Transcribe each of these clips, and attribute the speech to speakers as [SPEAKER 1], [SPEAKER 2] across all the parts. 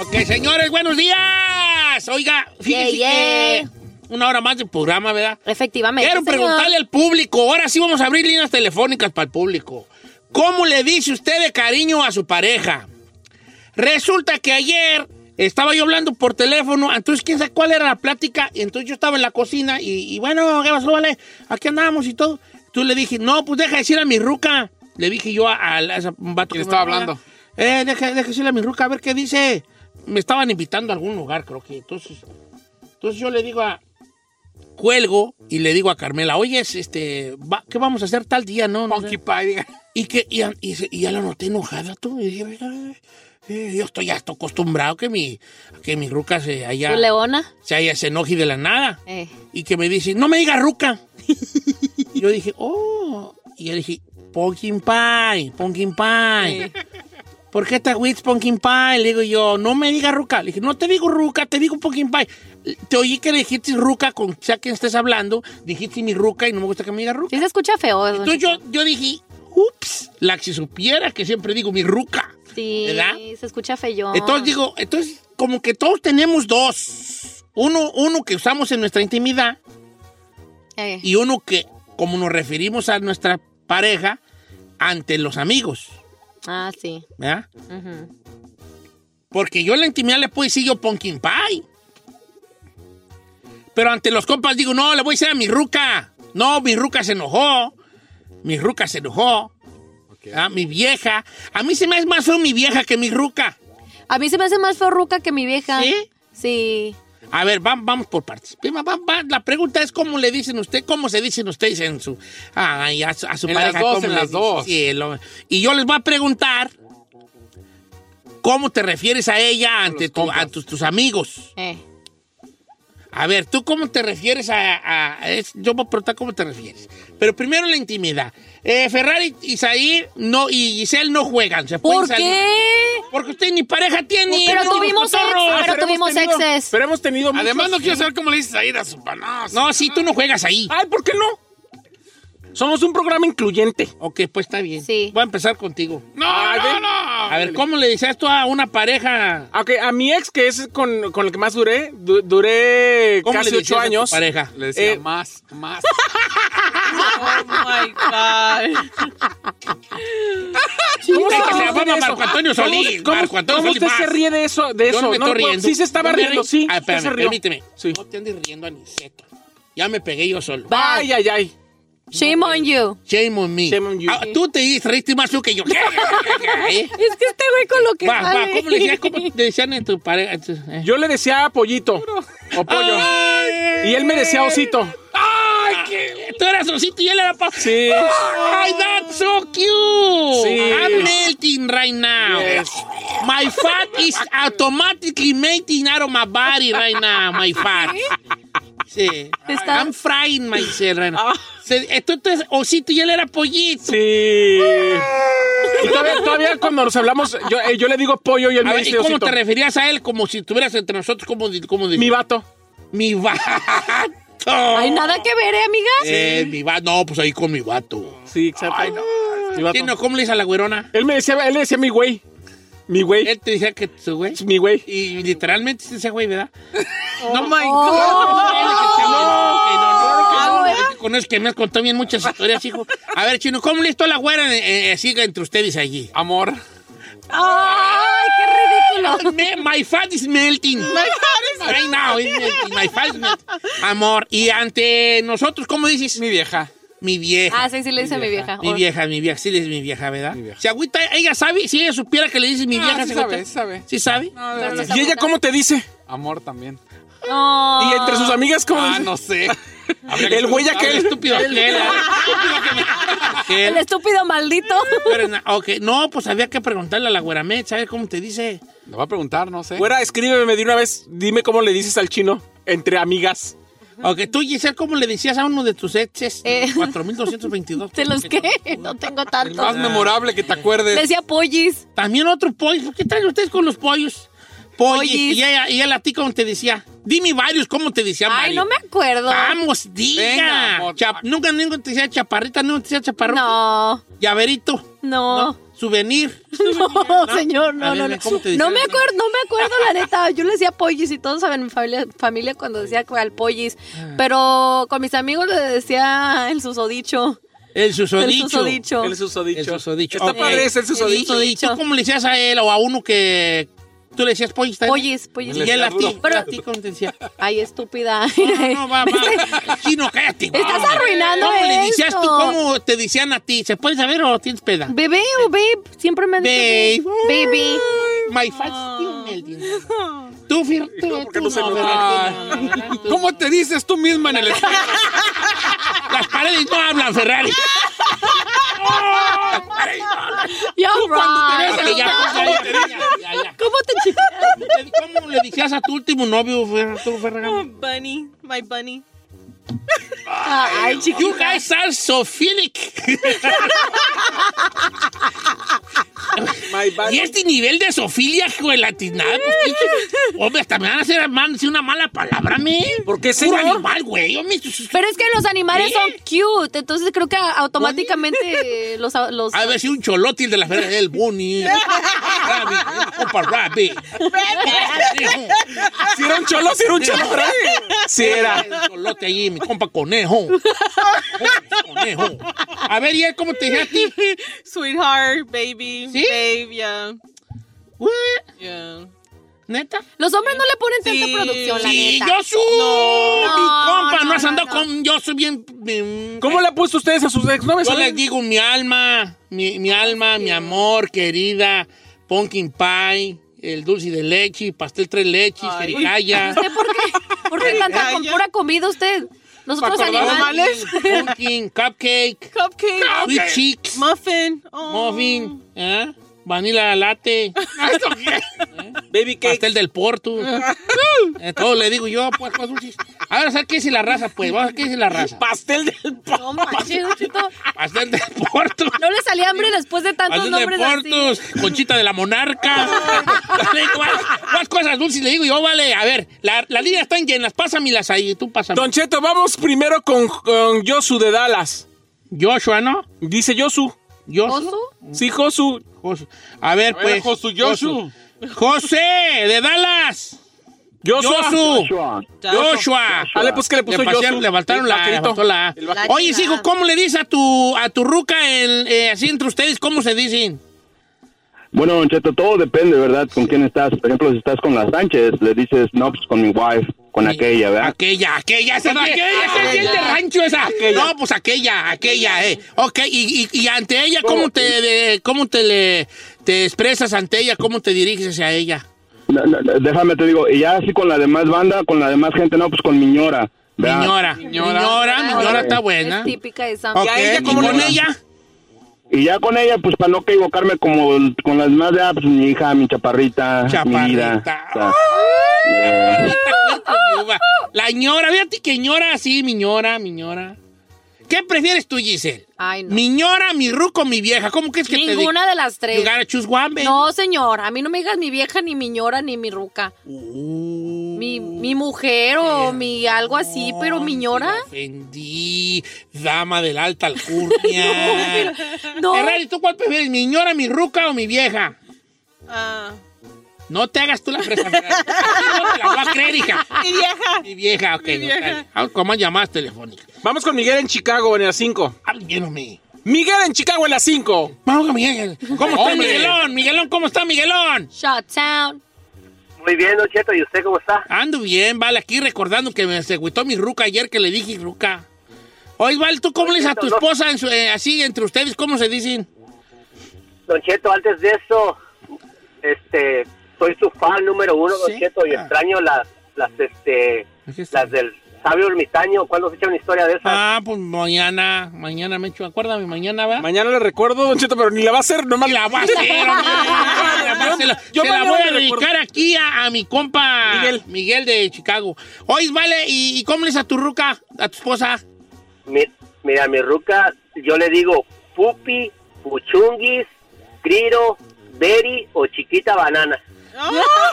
[SPEAKER 1] Ok, señores, buenos días. Oiga, fíjense
[SPEAKER 2] Yeah, yeah.
[SPEAKER 1] que una hora más de programa, ¿verdad?
[SPEAKER 2] Efectivamente.
[SPEAKER 3] este
[SPEAKER 1] Quiero
[SPEAKER 2] señor.
[SPEAKER 1] preguntarle al público, ahora sí vamos a abrir líneas telefónicas para el público. ¿Cómo le dice usted de cariño a su pareja? Resulta que ayer estaba yo hablando por teléfono, entonces quién sabe cuál era la plática, y entonces yo estaba en la cocina y, y bueno, ¿qué pasó, vale? Aquí andábamos y todo. Tú le dije, no, pues deja de decir a mi ruca. Le dije yo a, a la- a ese vato.
[SPEAKER 4] ¿Quién
[SPEAKER 1] que me
[SPEAKER 4] estaba
[SPEAKER 1] hablaba.
[SPEAKER 4] hablando?
[SPEAKER 1] Eh, deja, deja de decirle a mi ruca a ver qué dice. Me estaban invitando a algún lugar, creo que. Entonces, entonces yo le digo a, cuelgo y le digo a Carmela, oye, este, va- ¿qué vamos a hacer tal día? No, no sé".
[SPEAKER 4] Monkey Pie, diga.
[SPEAKER 1] Y que y, a- y se- y ya la noté enojada tú. Y dije, "Mira, eh, yo estoy ya estoy acostumbrado que mi, que mi ruca se haya,
[SPEAKER 2] ¿Tu leona?
[SPEAKER 1] se haya se enoje de la nada.
[SPEAKER 2] Eh.
[SPEAKER 1] Y que me dice, no me digas ruca. Y yo dije, oh. Y yo dije, pumpkin pie, pumpkin pie. ¿Por qué te agüites pumpkin pie? Le digo yo, no me digas ruca. Le dije, no te digo ruca, te digo pumpkin pie. Te oí que le dijiste ruca con sea quien estés hablando, dijiste mi ruca y no me gusta que me digas ruca.
[SPEAKER 2] Sí se escucha feo. don
[SPEAKER 1] Entonces yo, yo dije, ups, la que si supiera que siempre digo mi ruca.
[SPEAKER 2] Cheto. Sí,
[SPEAKER 1] ¿verdad?
[SPEAKER 2] se escucha
[SPEAKER 3] Ah.
[SPEAKER 2] feo.
[SPEAKER 1] Entonces digo, entonces como que todos tenemos dos. Uno, uno que usamos en nuestra intimidad
[SPEAKER 2] Eh,
[SPEAKER 1] y uno que, como nos referimos a nuestra pareja, ante los amigos,
[SPEAKER 2] Ah, sí.
[SPEAKER 1] ¿verdad?
[SPEAKER 2] Ujú.
[SPEAKER 1] Porque yo en la intimidad le puedo decir yo pumpkin pie. Pero ante los compas digo, no, le voy a decir a mi ruca. No, mi ruca se enojó. Mi ruca se enojó. Ah, mi vieja. A mí se me hace más feo mi vieja que mi ruca.
[SPEAKER 2] A mí se me hace más forruca que mi vieja.
[SPEAKER 1] ¿Sí?
[SPEAKER 2] Sí.
[SPEAKER 1] A ver, vam- vamos por partes. Prima, va- va- La pregunta es cómo le dicen usted, cómo se dicen ustedes en su, ay, a su, a su
[SPEAKER 4] En
[SPEAKER 1] pareja.
[SPEAKER 4] las dos,
[SPEAKER 1] cómo
[SPEAKER 4] en
[SPEAKER 1] le
[SPEAKER 4] las
[SPEAKER 1] dicen.
[SPEAKER 4] dos.
[SPEAKER 1] Sí, lo- y yo les voy a preguntar cómo te refieres a ella ante
[SPEAKER 4] los
[SPEAKER 1] tu-
[SPEAKER 4] compas.
[SPEAKER 1] a tus, tus amigos.
[SPEAKER 2] Eh.
[SPEAKER 1] A ver, ¿tú cómo te refieres a...? a- a- es- yo voy a preguntar cómo te refieres. Pero primero la intimidad. Eh, Ferrari, Isaí no, y Giselle no juegan. Se pueden
[SPEAKER 2] ¿Por
[SPEAKER 1] salir.
[SPEAKER 2] qué?
[SPEAKER 1] Porque usted ni pareja tiene.
[SPEAKER 2] Pero
[SPEAKER 1] no
[SPEAKER 2] tuvimos
[SPEAKER 1] tiene
[SPEAKER 2] sexo,
[SPEAKER 1] cotorro.
[SPEAKER 2] pero tuvimos
[SPEAKER 4] tenido-
[SPEAKER 2] exes.
[SPEAKER 4] Pero hemos tenido
[SPEAKER 5] Además, no
[SPEAKER 4] muchos-
[SPEAKER 5] quiero saber cómo le dices a ir a su panazo.
[SPEAKER 1] No, sí, tú no juegas ahí.
[SPEAKER 4] Ay, ¿por qué no? Somos un programa incluyente.
[SPEAKER 1] Ok, pues está bien.
[SPEAKER 2] Sí.
[SPEAKER 1] Voy a empezar contigo.
[SPEAKER 5] No,
[SPEAKER 4] Ay,
[SPEAKER 5] no,
[SPEAKER 4] ven.
[SPEAKER 5] no.
[SPEAKER 1] Ah, A ver, ¿cómo le decías tú a una pareja?
[SPEAKER 4] Ok, a mi ex, que es con, con el que más duré, du- duré
[SPEAKER 1] ¿Cómo
[SPEAKER 4] casi
[SPEAKER 1] le
[SPEAKER 4] ocho
[SPEAKER 1] decías a tu
[SPEAKER 4] años.
[SPEAKER 1] pareja?
[SPEAKER 5] Le decía
[SPEAKER 4] Eh,
[SPEAKER 5] más, más.
[SPEAKER 1] ¿Cómo
[SPEAKER 4] se-
[SPEAKER 1] que se
[SPEAKER 4] usted
[SPEAKER 1] llamaba
[SPEAKER 4] de eso?
[SPEAKER 1] Marco Antonio Solís?
[SPEAKER 4] ¿Cómo,
[SPEAKER 1] Marco Antonio
[SPEAKER 4] cómo
[SPEAKER 1] Solís
[SPEAKER 4] usted se
[SPEAKER 1] más.
[SPEAKER 4] ríe de eso? De
[SPEAKER 1] Yo
[SPEAKER 4] eso?
[SPEAKER 1] no me
[SPEAKER 4] No,
[SPEAKER 1] estoy
[SPEAKER 4] no,
[SPEAKER 1] riendo.
[SPEAKER 4] Sí se estaba
[SPEAKER 1] No me
[SPEAKER 4] riendo,
[SPEAKER 1] río.
[SPEAKER 4] sí.
[SPEAKER 1] Ah,
[SPEAKER 4] sí
[SPEAKER 1] espérame,
[SPEAKER 4] se rió.
[SPEAKER 1] permíteme.
[SPEAKER 4] Sí.
[SPEAKER 1] No te andes riendo, Aniceto. Ya me pegué yo solo.
[SPEAKER 4] Ay, ay, ay.
[SPEAKER 2] Shame on you.
[SPEAKER 1] Shame on me.
[SPEAKER 4] Shame on you.
[SPEAKER 1] Ah, tú te diste- reíste más tú que yo. ¿Eh?
[SPEAKER 2] Es que este güey con lo que
[SPEAKER 1] Va, va,
[SPEAKER 2] sale.
[SPEAKER 1] ¿cómo le decías, cómo te decían en tu pareja? En tu- eh.
[SPEAKER 4] Yo le decía pollito o pollo.
[SPEAKER 1] Ah. Ay.
[SPEAKER 4] Y él me decía osito.
[SPEAKER 1] ¡Ay, qué! Tú eras osito y él era pa...
[SPEAKER 4] Sí.
[SPEAKER 1] ¡Ay, that's so cute!
[SPEAKER 4] Sí.
[SPEAKER 1] I'm melting right now.
[SPEAKER 4] Yes.
[SPEAKER 1] My fat is automatically melting out of my body right now, my fat. Sí.
[SPEAKER 2] Está-
[SPEAKER 1] I'm frying myself right now. Se- Entonces, osito y él era pollito.
[SPEAKER 4] Sí. Y todavía, todavía cuando nos hablamos, yo, eh, yo le digo pollo y él
[SPEAKER 1] A
[SPEAKER 4] me
[SPEAKER 1] ver, ¿y
[SPEAKER 4] dice
[SPEAKER 1] cómo
[SPEAKER 4] osito.
[SPEAKER 1] te referías a él? Como si estuvieras entre nosotros, como cómo de-
[SPEAKER 4] Mi vato.
[SPEAKER 1] Mi vato.
[SPEAKER 2] Hay nada que ver, ¿eh, amiga?
[SPEAKER 1] Eh, mi vato. No, pues ahí con mi vato.
[SPEAKER 4] Sí, exacto. Mi vato.
[SPEAKER 1] ¿Quién no? ¿Cómo le dices a la güerona?
[SPEAKER 4] Él me decía, él le decía mi güey. Mi güey.
[SPEAKER 1] Él te decía que su güey.
[SPEAKER 4] Es mi güey.
[SPEAKER 1] Y literalmente es ese güey, ¿verdad? no, my Con eso que me has contado bien muchas historias, hijo. A ver, chino, ¿cómo le hizo la güera eh, eh, siga entre ustedes allí?
[SPEAKER 5] Amor.
[SPEAKER 2] ¡Ay, qué ridículo!
[SPEAKER 1] Me- my fat is melting. My fat is melting. Right now, it's melting. My fat is melting. Amor, y ante nosotros, ¿cómo dices?
[SPEAKER 5] Mi vieja.
[SPEAKER 1] Mi vieja.
[SPEAKER 2] Ah, sí, sí le dice a mi vieja.
[SPEAKER 1] Mi
[SPEAKER 2] Oh.
[SPEAKER 1] vieja, mi vieja, sí le dice mi vieja, ¿verdad?
[SPEAKER 5] vieja.
[SPEAKER 1] Si agüita, ella sabe, si ella supiera que le dices mi
[SPEAKER 5] No,
[SPEAKER 1] vieja,
[SPEAKER 5] sí
[SPEAKER 1] se
[SPEAKER 5] sabe,
[SPEAKER 1] agüita.
[SPEAKER 5] sí sabe.
[SPEAKER 1] ¿Sí sabe?
[SPEAKER 4] ¿Y ella cómo te dice?
[SPEAKER 5] Amor también.
[SPEAKER 2] No.
[SPEAKER 4] ¿Y entre sus amigas cómo
[SPEAKER 5] Ah,
[SPEAKER 4] dice?
[SPEAKER 5] no sé.
[SPEAKER 4] El güey
[SPEAKER 1] Ah, el
[SPEAKER 4] aquel.
[SPEAKER 1] estúpido aquel. ah, estúpido que me-
[SPEAKER 2] El
[SPEAKER 1] aquel.
[SPEAKER 2] estúpido maldito.
[SPEAKER 1] Pero na- ok, No, pues había que preguntarle a la güeramet, ¿sabes cómo te dice?
[SPEAKER 5] Lo va a preguntar, no sé.
[SPEAKER 4] Güera, escríbeme de una vez. Dime cómo le dices al chino. Entre amigas.
[SPEAKER 1] Ok, tú, Giselle, ¿cómo le decías a uno de tus exes?
[SPEAKER 2] Eh.
[SPEAKER 1] 4222.
[SPEAKER 2] ¿De los qué? No tengo
[SPEAKER 5] El
[SPEAKER 2] tantos.
[SPEAKER 5] más memorable que te acuerdes.
[SPEAKER 2] Le decía pollis.
[SPEAKER 1] También otro pollo. ¿Por qué traen ustedes con los pollos? Pollos.
[SPEAKER 2] Pollis.
[SPEAKER 1] Y ella, y ella a ti, ¿cómo te decía? Dime varios, ¿cómo te decía,
[SPEAKER 2] Ay,
[SPEAKER 1] Mari? Ah,
[SPEAKER 2] no me acuerdo.
[SPEAKER 1] Vamos, diga.
[SPEAKER 5] Venga, amor.
[SPEAKER 1] Chap- nunca, nunca te decía chaparrita, nunca te decía chaparro.
[SPEAKER 2] No,
[SPEAKER 1] Llaverito.
[SPEAKER 2] no.
[SPEAKER 1] Souvenir.
[SPEAKER 2] No, señor, no,
[SPEAKER 1] A ver,
[SPEAKER 2] no, no.
[SPEAKER 1] ve, ¿cómo te
[SPEAKER 2] No
[SPEAKER 1] decían?
[SPEAKER 2] me acuerdo, no me acuerdo, la neta. Yo le decía pollis y todos saben, mi familia, familia cuando decía que al pollis.
[SPEAKER 1] Ah.
[SPEAKER 2] Pero con mis amigos le decía el susodicho.
[SPEAKER 1] El susodicho.
[SPEAKER 2] El susodicho.
[SPEAKER 4] El susodicho.
[SPEAKER 1] El susodicho.
[SPEAKER 4] Está
[SPEAKER 1] Ok.
[SPEAKER 4] padre ese, el
[SPEAKER 1] ¿Y
[SPEAKER 4] susodicho.
[SPEAKER 1] tú- y tú cómo le decías a él o a uno que tú le decías pollis? también?
[SPEAKER 2] Pollis, pollis.
[SPEAKER 1] Y él a ti.
[SPEAKER 2] Pero-
[SPEAKER 1] a ti, ¿cómo te decía?
[SPEAKER 2] Ay, estúpida.
[SPEAKER 1] No, va, va. Chino, cállate. güey.
[SPEAKER 2] Estás arruinando
[SPEAKER 1] ¿Cómo le decías
[SPEAKER 2] esto.
[SPEAKER 1] tú? ¿Cómo te decían a ti? ¿Se puede saber o tienes peda?
[SPEAKER 2] Bebé o babe, siempre me han dicho.
[SPEAKER 1] Babe.
[SPEAKER 2] Baby.
[SPEAKER 1] My fat still melting. Tú, Fir, tú, tú no, ¿verdad? Tú no, ¿verdad?
[SPEAKER 5] Ay, ¿Cómo te dices tú misma en el espejo?
[SPEAKER 1] Las paredes no hablan, Ferrari.
[SPEAKER 2] You're right.
[SPEAKER 1] Ándale, ya, ya, ya, ya, ya, ya.
[SPEAKER 2] ¿Cómo te
[SPEAKER 1] ¿Cómo te- ¿Cómo le decías a tu último novio, Fer- tú, Ferrari?
[SPEAKER 2] Bunny, my bunny. Ay,
[SPEAKER 1] You
[SPEAKER 2] chiquita.
[SPEAKER 1] guys are so philic.
[SPEAKER 4] My bad.
[SPEAKER 1] Y este nivel de sofilia, latinada, pues, pinche- hombre, hasta me van a hacer man- decir una mala palabra, me.
[SPEAKER 4] ¿Por qué,
[SPEAKER 1] Puro
[SPEAKER 4] señor?
[SPEAKER 1] animal, güey. Hombre,
[SPEAKER 2] Pero es que los animales
[SPEAKER 1] ¿Eh?
[SPEAKER 2] son cute, entonces creo que automáticamente los... los
[SPEAKER 1] A ver si un cholotil de la feria el bunny. Rabbit, compa Rabbit.
[SPEAKER 4] Si era un cholo, si era un cholo. ¿verdad? Si era.
[SPEAKER 1] Un cholote ahí, mi compa conejo. Compa conejo. A ver, ¿y él cómo te dije a ti?
[SPEAKER 6] Sweetheart, baby,
[SPEAKER 1] ¿Sí?
[SPEAKER 6] babe, yeah,
[SPEAKER 1] Güey,
[SPEAKER 6] yeah.
[SPEAKER 1] ¿Neta?
[SPEAKER 2] Los hombres no le ponen tanta
[SPEAKER 6] Sí.
[SPEAKER 2] producción, la
[SPEAKER 1] Sí,
[SPEAKER 2] neta.
[SPEAKER 1] yo soy mi compa. No,
[SPEAKER 2] no,
[SPEAKER 1] has
[SPEAKER 2] no,
[SPEAKER 1] andado
[SPEAKER 2] no.
[SPEAKER 1] con. Yo soy bien. bien-
[SPEAKER 4] ¿Cómo le ha puesto ustedes a sus ex novios?
[SPEAKER 1] Yo les digo mi alma, mi, mi alma, mi amor, querida, pumpkin pie, el dulce de leche, pastel tres leches, jericaya,
[SPEAKER 2] ¿Usted por qué? ¿Por qué canta con
[SPEAKER 6] Ay, ya.
[SPEAKER 2] pura comida usted? Nosotros
[SPEAKER 4] ¿Para acordar
[SPEAKER 2] animales.
[SPEAKER 1] pumpkin, cupcake,
[SPEAKER 6] Cupcake,
[SPEAKER 1] sweet cheeks,
[SPEAKER 6] muffin, oh.
[SPEAKER 1] muffin, ¿eh? vanilla latte,
[SPEAKER 4] Baby cake.
[SPEAKER 1] pastel del porto. Eh, todo le digo yo, pues, pues dulces. Ahora, ¿sabes qué es la raza, pues? Vamos a ver qué es la raza.
[SPEAKER 4] Pastel del po-
[SPEAKER 2] No manches, Don Cheto.
[SPEAKER 1] Pastel del porto.
[SPEAKER 2] No le salía hambre después de tantos
[SPEAKER 1] Pastel de
[SPEAKER 2] nombres así.
[SPEAKER 1] Portos, Conchita de la Monarca. Dale, más, más cosas dulces le digo yo, vale. A ver, la- las líneas están llenas, pásamelas ahí, tú pásame.
[SPEAKER 4] Don Cheto, vamos primero con, con Yosu de Dallas.
[SPEAKER 1] Joshua, ¿no?
[SPEAKER 4] Dice Yosu.
[SPEAKER 1] Joshua.
[SPEAKER 2] ¿Oso?
[SPEAKER 4] Sí, Josu.
[SPEAKER 1] Josu. A ver,
[SPEAKER 5] ver,
[SPEAKER 1] pues.
[SPEAKER 5] Josu, Joshua.
[SPEAKER 1] Josu. José, de Dallas.
[SPEAKER 4] Yosu.
[SPEAKER 1] Josu. Joshua.
[SPEAKER 6] Joshua.
[SPEAKER 4] Dale, pues que le puso
[SPEAKER 1] Le pasearon-
[SPEAKER 4] Josu.
[SPEAKER 1] Le faltaron
[SPEAKER 4] El
[SPEAKER 1] la,
[SPEAKER 4] vaquerito.
[SPEAKER 1] le faltó la A.
[SPEAKER 4] El vaquerito.
[SPEAKER 1] Oye, hijo, ¿cómo le dices a tu, a tu ruca el, eh, así entre ustedes? ¿Cómo se dicen?
[SPEAKER 7] Bueno, Don Cheto, todo depende, ¿verdad? Con quién estás. Por ejemplo, si estás con la Sánchez, le dices, no, pues con mi wife, con aquella, ¿verdad?
[SPEAKER 1] Aquella, aquella, esa aquella, esa aquella de rancho esa. No, pues aquella, aquella, eh. Ok, y, y- y ante ella, ¿cómo te, de- cómo te le te expresas ante ella? ¿Cómo te diriges hacia ella?
[SPEAKER 7] No, no, no, déjame te digo, y ya así con la demás banda, con la demás gente, no, pues con mi ñora, ¿verdad?
[SPEAKER 1] Miñora.
[SPEAKER 5] Miñora.
[SPEAKER 1] Miñora, miñora está buena. ¿Eh?
[SPEAKER 2] Es típica de Sam.
[SPEAKER 1] Ok,
[SPEAKER 4] ¿Y a ella
[SPEAKER 1] ¿y
[SPEAKER 4] cómo le
[SPEAKER 1] con
[SPEAKER 4] das?
[SPEAKER 1] ella?
[SPEAKER 7] Y ya con ella, pues para no que equivocarme como el- con las demás, ya, pues mi hija, mi chaparrita,
[SPEAKER 1] Chaparrita.
[SPEAKER 7] mi vida. o sea, eh,
[SPEAKER 1] La ñora, fíjate que ñora, sí, miñora, miñora. ¿Qué prefieres tú, Giselle?
[SPEAKER 2] Ay, no.
[SPEAKER 1] Miñora, mi ruco, mi vieja. ¿Cómo que es que te
[SPEAKER 2] Ninguna de las tres.
[SPEAKER 1] Llegar a Chus Guambe.
[SPEAKER 2] No, señor, a mí no me digas mi vieja, ni mi ñora, ni mi ruca.
[SPEAKER 1] Uh.
[SPEAKER 2] Mi, mi mujer o mi algo así, pero mi ñora.
[SPEAKER 1] Oh, Te ofendí, dama del alta alcurnia.
[SPEAKER 2] No,
[SPEAKER 1] Ferrari, ¿tú cuál prefieres? ¿Mi ñora, mi ruca o mi vieja?
[SPEAKER 6] Ah.
[SPEAKER 1] No te hagas tú la fresa. Ferrari. No te la voy a creer, hija.
[SPEAKER 6] Y vieja.
[SPEAKER 1] Mi vieja, ok.
[SPEAKER 6] Mi
[SPEAKER 1] no,
[SPEAKER 6] vieja.
[SPEAKER 1] está bien. ¿Cómo llamadas telefónicas?
[SPEAKER 4] Vamos con Miguel en Chicago en las 5.
[SPEAKER 1] Ah, Alguien
[SPEAKER 4] Miguel en Chicago en las 5.
[SPEAKER 1] Vamos a Miguel. ¿Cómo está
[SPEAKER 4] Hombre.
[SPEAKER 1] Miguelón? Miguelón, ¿cómo está Miguelón?
[SPEAKER 2] Shot Town.
[SPEAKER 8] Muy bien, Don Cheto, ¿y usted cómo está?
[SPEAKER 1] Ando bien, vale, aquí recordando que me se agüitó mi ruca ayer que le dije ruca. Oye, Val, ¿tú cómo le dices a tu esposa en su- eh, así entre ustedes? ¿Cómo se dicen?
[SPEAKER 8] Don Cheto, antes de eso, este, soy su fan número uno,
[SPEAKER 1] Sí.
[SPEAKER 8] Don Cheto, y
[SPEAKER 1] Ah.
[SPEAKER 8] extraño las, las, este,
[SPEAKER 1] Aquí está.
[SPEAKER 8] las del sabio ermitaño. ¿Cuándo se echa una historia de esas?
[SPEAKER 1] Ah, pues mañana, mañana me echo, acuérdame, mañana va.
[SPEAKER 4] Mañana le recuerdo, Don Cheto, pero ni la va a hacer, nomás
[SPEAKER 1] Y la voy a hacer, hombre. La voy a hacer. Se
[SPEAKER 4] Yo
[SPEAKER 1] la
[SPEAKER 4] mañana
[SPEAKER 1] voy a
[SPEAKER 4] le recuerdo.
[SPEAKER 1] dedicar aquí a, a mi compa
[SPEAKER 4] Miguel.
[SPEAKER 1] de Chicago. Oye, vale, ¿y, y cómo le dices a tu ruca, a tu esposa?
[SPEAKER 8] Mi- mira, mi ruca, yo le digo pupi, puchunguis, criro, beri o chiquita banana.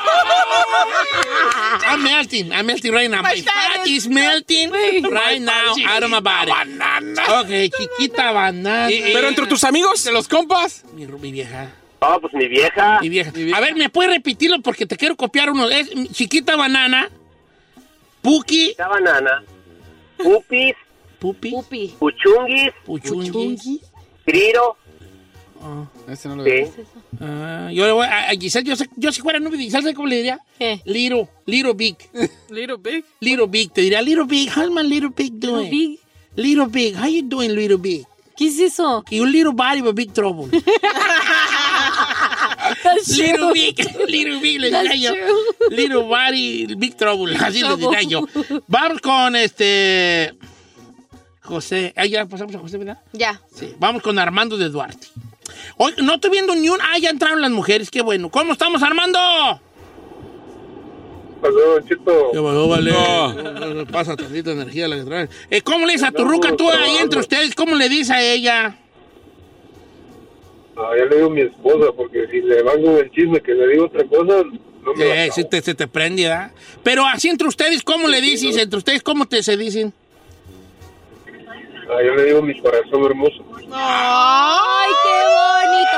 [SPEAKER 1] Ah, I'm melting. I'm melting right now. My, fat is melting right now out of my body. Banana. Ok, chiquita banana.
[SPEAKER 4] Pero entre tus amigos.
[SPEAKER 5] ¿De los compas?
[SPEAKER 1] Mi, ru- mi vieja,
[SPEAKER 8] Ah, pues mi vieja.
[SPEAKER 1] mi vieja. A ver, ¿me puedes repetirlo? Porque te quiero copiar uno. Es mm, chiquita banana, puki,
[SPEAKER 8] La banana, pupis,
[SPEAKER 1] pupi,
[SPEAKER 2] Upi.
[SPEAKER 8] puchunguis,
[SPEAKER 1] puchungi.
[SPEAKER 8] criro,
[SPEAKER 5] Este no lo
[SPEAKER 8] sí.
[SPEAKER 1] Ah, yo le voy a, a Giselle, yo, sé, yo si fuera novio de Giselle, ¿sabes cómo le diría?
[SPEAKER 2] ¿Qué?
[SPEAKER 1] Little, little big,
[SPEAKER 6] Little big.
[SPEAKER 1] little big. Te diría, little big, how's my little big doing?
[SPEAKER 2] Little Big.
[SPEAKER 1] Little big, how you doing, little big?
[SPEAKER 2] ¿Qué es eso?
[SPEAKER 1] You little body, but big trouble. Little Big, Little Big, le diría
[SPEAKER 2] That's
[SPEAKER 1] yo.
[SPEAKER 2] true.
[SPEAKER 1] Little Body, Big Trouble, así le diría yo. Vamos con este. José. Ah, ya pasamos a José, ¿verdad?
[SPEAKER 2] Ya.
[SPEAKER 1] Sí. Vamos con Armando de Duarte. Hoy no estoy viendo ni un. Ah, ya entraron las mujeres, qué bueno. ¿Cómo estamos, Armando?
[SPEAKER 8] Perdón, chito.
[SPEAKER 1] bueno, vale. Pasa tantita energía la que trae. Eh, ¿Cómo le dices a tu
[SPEAKER 8] No,
[SPEAKER 1] ruca tú ahí
[SPEAKER 8] trabajando.
[SPEAKER 1] entre ustedes? ¿Cómo le dices a ella?
[SPEAKER 8] ya le digo a mi esposa, porque si le van con el chisme que le digo otra cosa, no
[SPEAKER 1] Sí, sí te, se te prende, ¿verdad? Pero así entre ustedes, ¿cómo le dices? ¿Entre ustedes cómo te se dicen?
[SPEAKER 8] Ah, yo le digo mi corazón hermoso.
[SPEAKER 2] ¡Ay, qué bonito!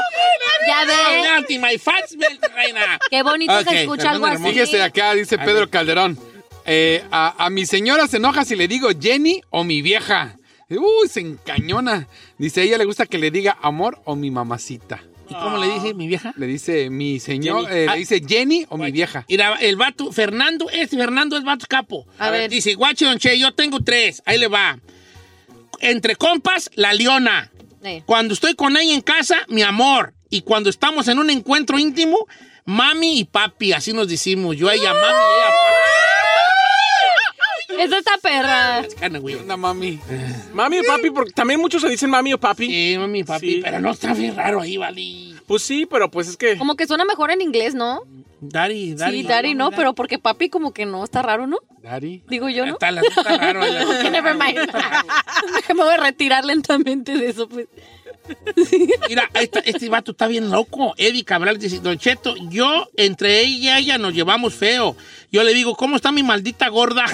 [SPEAKER 2] Ya ves.
[SPEAKER 1] Adelante, my fans, reina.
[SPEAKER 2] Qué bonito
[SPEAKER 1] Ok,
[SPEAKER 2] que escucha algo
[SPEAKER 1] Fernando
[SPEAKER 2] así.
[SPEAKER 5] Fíjese, acá dice Pedro Calderón. eh, a, a mi señora se enoja si le digo Jenny o mi vieja. Uy, se encañona. Dice, a ella le gusta que le diga amor o mi mamacita.
[SPEAKER 1] ¿Y cómo le dice mi vieja?
[SPEAKER 5] Le dice mi señor,
[SPEAKER 1] Ah. Jenny.
[SPEAKER 5] eh,
[SPEAKER 1] Ah.
[SPEAKER 5] le dice Jenny o mi vieja.
[SPEAKER 1] Mira, el vato, Fernando, este Fernando es vato capo.
[SPEAKER 2] A ver.
[SPEAKER 1] Dice, guache, don Che, yo tengo tres. Ahí le va. Entre compas, la leona.
[SPEAKER 2] Eh.
[SPEAKER 1] Cuando estoy con ella en casa, mi amor. Y cuando estamos en un encuentro íntimo, mami y papi. Así nos decimos. Yo a ella, mami, y ella,
[SPEAKER 2] Es esta perra.
[SPEAKER 1] papi. Kinda weird.
[SPEAKER 5] Anda, mami.
[SPEAKER 4] Mami o papi, porque también muchos se dicen mami o papi.
[SPEAKER 1] Sí, mami y papi.
[SPEAKER 4] Sí.
[SPEAKER 1] Pero no está bien raro ahí, vale.
[SPEAKER 4] Pues sí, pero pues es que.
[SPEAKER 2] Como que suena mejor en inglés, ¿no?
[SPEAKER 1] Dari, dari.
[SPEAKER 2] sí, Daddy no, pero porque papi como que no, está raro, ¿no?
[SPEAKER 5] Daddy.
[SPEAKER 2] Digo yo, ¿no?
[SPEAKER 1] Está, la- está raro. la- está
[SPEAKER 2] Never
[SPEAKER 1] raro.
[SPEAKER 2] mind. Me voy a retirar lentamente de eso, pues.
[SPEAKER 1] Mira, esta- este vato está bien loco. Eddie Cabral dice, Don Cheto, yo entre ella y ella nos llevamos feo. Yo le digo, ¿cómo está mi maldita gorda?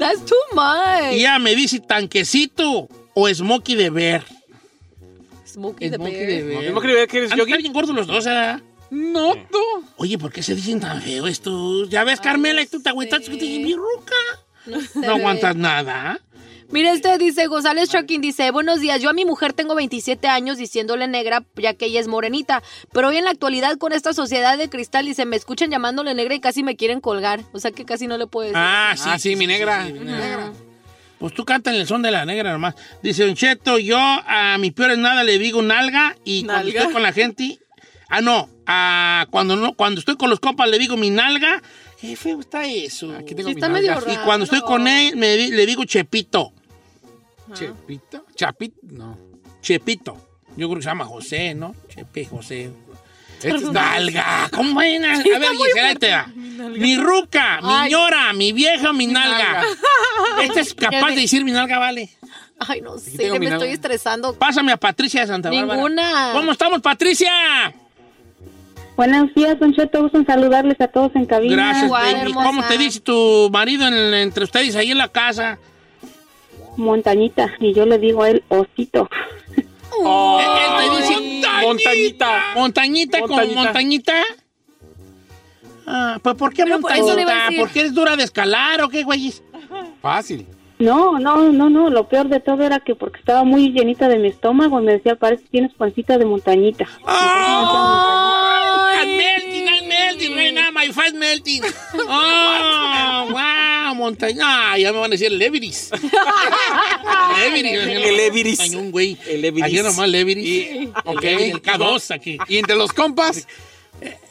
[SPEAKER 2] That's too
[SPEAKER 1] y
[SPEAKER 2] much.
[SPEAKER 1] ella me dice, tanquecito o smokey de ver.
[SPEAKER 2] Smokey the
[SPEAKER 1] Smokey
[SPEAKER 2] Bear.
[SPEAKER 1] de ver.
[SPEAKER 4] ¿Cómo creía que eres
[SPEAKER 1] Andan
[SPEAKER 4] yogui?
[SPEAKER 1] bien gordos los dos, ¿verdad?
[SPEAKER 5] No, tú.
[SPEAKER 1] Oye, ¿por qué se dicen tan feo estos? Ya ves, Carmela, y tú te aguantas. que te dije, mi ruca.
[SPEAKER 2] No, sé,
[SPEAKER 1] No
[SPEAKER 2] bebé.
[SPEAKER 1] aguantas nada.
[SPEAKER 2] Mira, este dice, González Chokin dice, buenos días, yo a mi mujer tengo 27 años diciéndole negra ya que ella es morenita, pero hoy en la actualidad con esta sociedad de cristal dice, me escuchan llamándole negra y casi me quieren colgar, o sea que casi no le puedo decir.
[SPEAKER 1] Ah, sí,
[SPEAKER 5] Ah, sí, mi negra.
[SPEAKER 1] mi negra. Pues tú cantas el son de la negra nomás. Dice Don Cheto, yo a mis peores nada le digo nalga y cuando
[SPEAKER 6] Nalga.
[SPEAKER 1] estoy con la gente. Ah, no. ah, cuando no, cuando estoy con los copas le digo mi nalga. Qué feo está eso.
[SPEAKER 5] Aquí tengo
[SPEAKER 2] Sí,
[SPEAKER 5] mi
[SPEAKER 2] está
[SPEAKER 5] nalga.
[SPEAKER 2] medio raro.
[SPEAKER 1] y cuando estoy con él me di- le digo Chepito.
[SPEAKER 5] Chepito. Chapito. No.
[SPEAKER 1] Chepito. Yo creo que se llama José, ¿no? Chepe, José.
[SPEAKER 5] Este es
[SPEAKER 1] Nalga. ¿Cómo es nalga? A ver, Gisela, ahí te va. Mi ruca, mi
[SPEAKER 2] Ay.
[SPEAKER 1] ñora, mi vieja, mi nalga.
[SPEAKER 5] nalga.
[SPEAKER 1] Este es capaz de decir mi nalga, vale.
[SPEAKER 2] Ay, no sé,
[SPEAKER 5] tengo
[SPEAKER 2] me
[SPEAKER 5] mi
[SPEAKER 2] estoy
[SPEAKER 5] nalga.
[SPEAKER 2] estresando.
[SPEAKER 1] Pásame a Patricia de Santa Bárbara.
[SPEAKER 2] Ninguna.
[SPEAKER 1] ¿Cómo estamos, Patricia?
[SPEAKER 9] Buenos días, Don Cheto. Gusto en saludarles a todos en cabina.
[SPEAKER 1] Gracias,
[SPEAKER 2] Igual,
[SPEAKER 1] baby.
[SPEAKER 2] hermosa.
[SPEAKER 1] ¿Cómo te dice tu marido en- entre ustedes ahí en la casa?
[SPEAKER 9] Montañita. Y yo le digo a él, osito.
[SPEAKER 1] Oh. Él- él te dice,
[SPEAKER 4] Montañita.
[SPEAKER 1] Montañita, con
[SPEAKER 4] Montañita.
[SPEAKER 1] montañita. Ah, pues ¿por qué
[SPEAKER 2] Pero, pues, eso le iba a
[SPEAKER 1] montañita?
[SPEAKER 2] decir.
[SPEAKER 1] ¿Por qué es dura de escalar o qué, güey?
[SPEAKER 5] Fácil.
[SPEAKER 9] No, no, no, no. Lo peor de todo era que porque estaba muy llenita de mi estómago y me decía, parece que tienes pancita de montañita.
[SPEAKER 1] I'm melting, I'm melting right now, my fat melting. Oh, wow, montaña. Ah, ya me van a decir Leviris. Leviris.
[SPEAKER 4] El Leviris.
[SPEAKER 1] Cañón, güey.
[SPEAKER 4] El Leviris.
[SPEAKER 1] Ayer nomás Leviris.
[SPEAKER 5] Ok.
[SPEAKER 1] El Leviris, el K2 aquí.
[SPEAKER 5] Y entre los compas,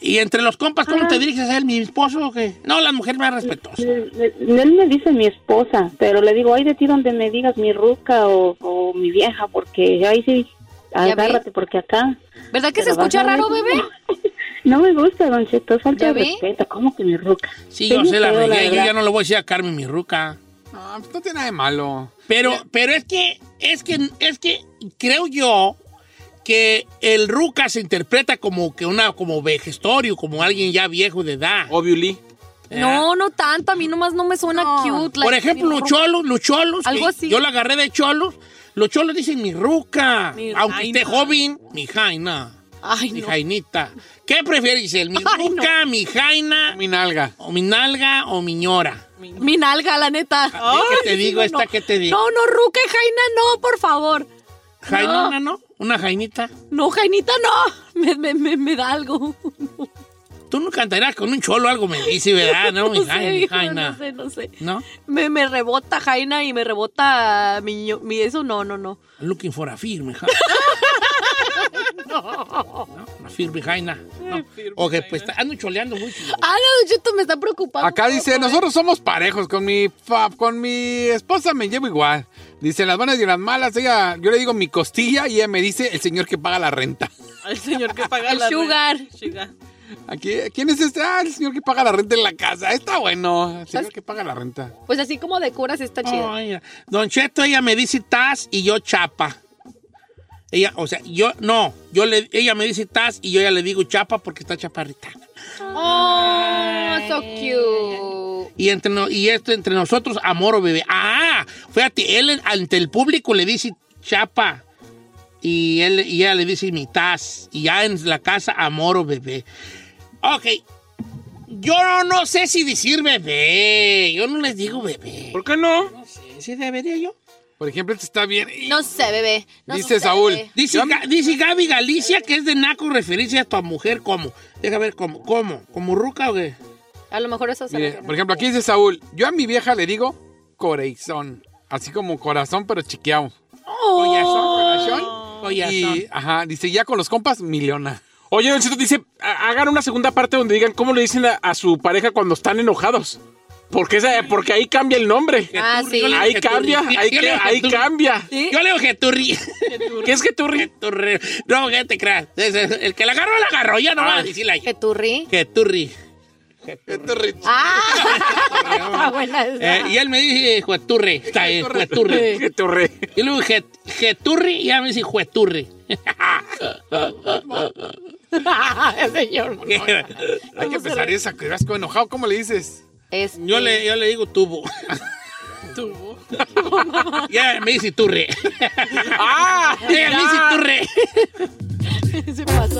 [SPEAKER 1] Y entre los compas, ¿cómo te diriges a él, mi esposo o qué? No, la mujer más respetuosa.
[SPEAKER 9] Le- le- Él me dice mi esposa, pero le digo, ay de ti donde me digas mi ruca o, o mi vieja, porque ahí sí,
[SPEAKER 2] Ya ve.
[SPEAKER 9] agárrate, porque acá.
[SPEAKER 2] ¿Verdad que se
[SPEAKER 9] Pero
[SPEAKER 2] escucha
[SPEAKER 9] vas a ver
[SPEAKER 2] raro,
[SPEAKER 9] que
[SPEAKER 2] bebé?
[SPEAKER 9] No me gusta, don Cheto, falta
[SPEAKER 2] ¿Ya
[SPEAKER 9] de
[SPEAKER 2] ve?
[SPEAKER 9] respeto. ¿Cómo que mi ruca?
[SPEAKER 1] Sí,
[SPEAKER 9] Estoy
[SPEAKER 1] yo
[SPEAKER 9] bien
[SPEAKER 1] sé la
[SPEAKER 9] feo,
[SPEAKER 1] regué. Yo
[SPEAKER 9] verdad.
[SPEAKER 1] ya no le voy a decir a Carmen, mi ruca.
[SPEAKER 5] ah, pues no tiene nada de malo.
[SPEAKER 1] Pero, pero es que, es que, es que creo yo que el ruca se interpreta como que una, como vejestorio, como alguien ya viejo de edad.
[SPEAKER 4] Obviously.
[SPEAKER 2] No, no tanto. A mí nomás no me suena cute.
[SPEAKER 1] Eh. Por
[SPEAKER 2] like,
[SPEAKER 1] ejemplo,
[SPEAKER 2] mi
[SPEAKER 1] los cholos, los cholos,
[SPEAKER 2] Algo
[SPEAKER 1] que
[SPEAKER 2] así.
[SPEAKER 1] yo la agarré de cholos, los cholos dicen mi ruca,
[SPEAKER 6] Mi
[SPEAKER 1] aunque
[SPEAKER 6] jaina.
[SPEAKER 1] esté joven, mi jaina,
[SPEAKER 2] Ay,
[SPEAKER 1] mi
[SPEAKER 2] no.
[SPEAKER 1] jainita. ¿Qué prefieres, Giselle? ¿Mi
[SPEAKER 2] Ay, no.
[SPEAKER 1] ruca, mi jaina,
[SPEAKER 5] Mi nalga.
[SPEAKER 1] o mi nalga o mi ñora?
[SPEAKER 2] Mi nalga, la neta.
[SPEAKER 1] ¿A ti qué te
[SPEAKER 2] Ay,
[SPEAKER 1] digo,
[SPEAKER 2] no,
[SPEAKER 1] esta
[SPEAKER 2] no.
[SPEAKER 1] qué te digo?
[SPEAKER 2] No, no, Ruca y Jaina, no, por favor.
[SPEAKER 1] ¿Jainona, no? ¿Una jainita?
[SPEAKER 2] No, Jainita, no. Me, me, me, me da algo.
[SPEAKER 1] Tú no cantarás con un cholo algo, me dice, ¿verdad? No, mi
[SPEAKER 2] No sé,
[SPEAKER 1] jaina, mi
[SPEAKER 2] hijo,
[SPEAKER 1] jaina.
[SPEAKER 2] no sé, no sé.
[SPEAKER 1] ¿No?
[SPEAKER 2] Me, me rebota Jaina y me rebota mi, ño- mi eso. No, no, no.
[SPEAKER 1] I'm looking for a firme, ja. no. Una firme jaina. No. Ok, pues ando choleando mucho.
[SPEAKER 2] Ah, no, Don Cheto, me está preocupando.
[SPEAKER 5] Acá dice, nosotros somos parejos, con mi fa- con mi esposa me llevo igual. Dice, las buenas y las malas, ella, yo le digo mi costilla y ella me dice el señor que paga la renta.
[SPEAKER 6] El señor que paga
[SPEAKER 2] El
[SPEAKER 6] la
[SPEAKER 2] sugar.
[SPEAKER 6] renta. Sugar.
[SPEAKER 5] Aquí, ¿quién es este? Ah, el señor que paga la renta en la casa. Está bueno, el señor que paga la renta.
[SPEAKER 2] Pues así como de curas está Ah, chido.
[SPEAKER 1] Ay, Don Cheto, ella me dice Taz y yo chapa. Ella, o sea, yo, no, yo le, ella me dice Taz y yo ya le digo chapa porque está chaparrita.
[SPEAKER 2] Oh, so cute.
[SPEAKER 1] Y, entre no- y esto entre nosotros, amor o bebé. Ah, fíjate, él en- ante el público le dice chapa. Y, él, y ella le dice mi taz. Y ya en la casa, amor o bebé. Ok. Yo no, no sé si decir bebé. Yo no les digo bebé.
[SPEAKER 4] ¿Por qué no?
[SPEAKER 1] ¿Sí debería yo?
[SPEAKER 5] Por ejemplo, este está bien.
[SPEAKER 2] No sé, bebé. No
[SPEAKER 5] dice
[SPEAKER 2] sé,
[SPEAKER 5] Saúl.
[SPEAKER 2] bebé.
[SPEAKER 1] Dice,
[SPEAKER 5] yo-
[SPEAKER 1] Ga- dice Gaby Galicia que es de Naco referirse a tu mujer como. Deja ver, ¿cómo? ¿Cómo? ¿Como ruca o qué?
[SPEAKER 2] A lo mejor eso
[SPEAKER 5] Mire,
[SPEAKER 2] será.
[SPEAKER 5] por ejemplo, aquí dice Saúl, yo a mi vieja le digo corazón, así como corazón pero chiqueado.
[SPEAKER 2] Oh.
[SPEAKER 1] Collazón, collazón.
[SPEAKER 5] Y, ajá, dice, ya con los compas, miliona.
[SPEAKER 4] Oye, Don Cheto dice, ha- hagan una segunda parte donde digan cómo le dicen a, a su pareja cuando están enojados. Porque, esa, porque ahí cambia el nombre.
[SPEAKER 2] Ah,
[SPEAKER 1] tú-
[SPEAKER 2] sí.
[SPEAKER 1] yo le digo
[SPEAKER 4] Ahí
[SPEAKER 1] que tú
[SPEAKER 4] cambia,
[SPEAKER 1] ríes.
[SPEAKER 4] ahí,
[SPEAKER 1] Yo le
[SPEAKER 4] que-
[SPEAKER 1] digo que
[SPEAKER 4] ahí
[SPEAKER 1] tú-
[SPEAKER 4] cambia.
[SPEAKER 1] Yo le digo que tú ríes.
[SPEAKER 4] ¿Qué es que tú ríes?
[SPEAKER 1] Turri. No, que te creas. Es- es- El que la agarró, la agarró. Ya no va a decirle ahí.
[SPEAKER 2] Que tú ri.
[SPEAKER 1] Que turri.
[SPEAKER 2] Ah, está buena esa.
[SPEAKER 1] Eh, y él me dice jueturri. Está bien, jueturri.
[SPEAKER 4] ¿Qué tú ríes?
[SPEAKER 1] Y luego je- jeturri y ya me dice jueturri.
[SPEAKER 5] Hay que empezar esa, que vas con enojado, ¿cómo le dices?
[SPEAKER 2] Este,
[SPEAKER 1] Yo le, yo le digo tubo.
[SPEAKER 6] Tuvo.
[SPEAKER 1] Ya me dice turri.
[SPEAKER 4] ¡Ah!
[SPEAKER 1] Ya me dice turri.
[SPEAKER 2] se pasó.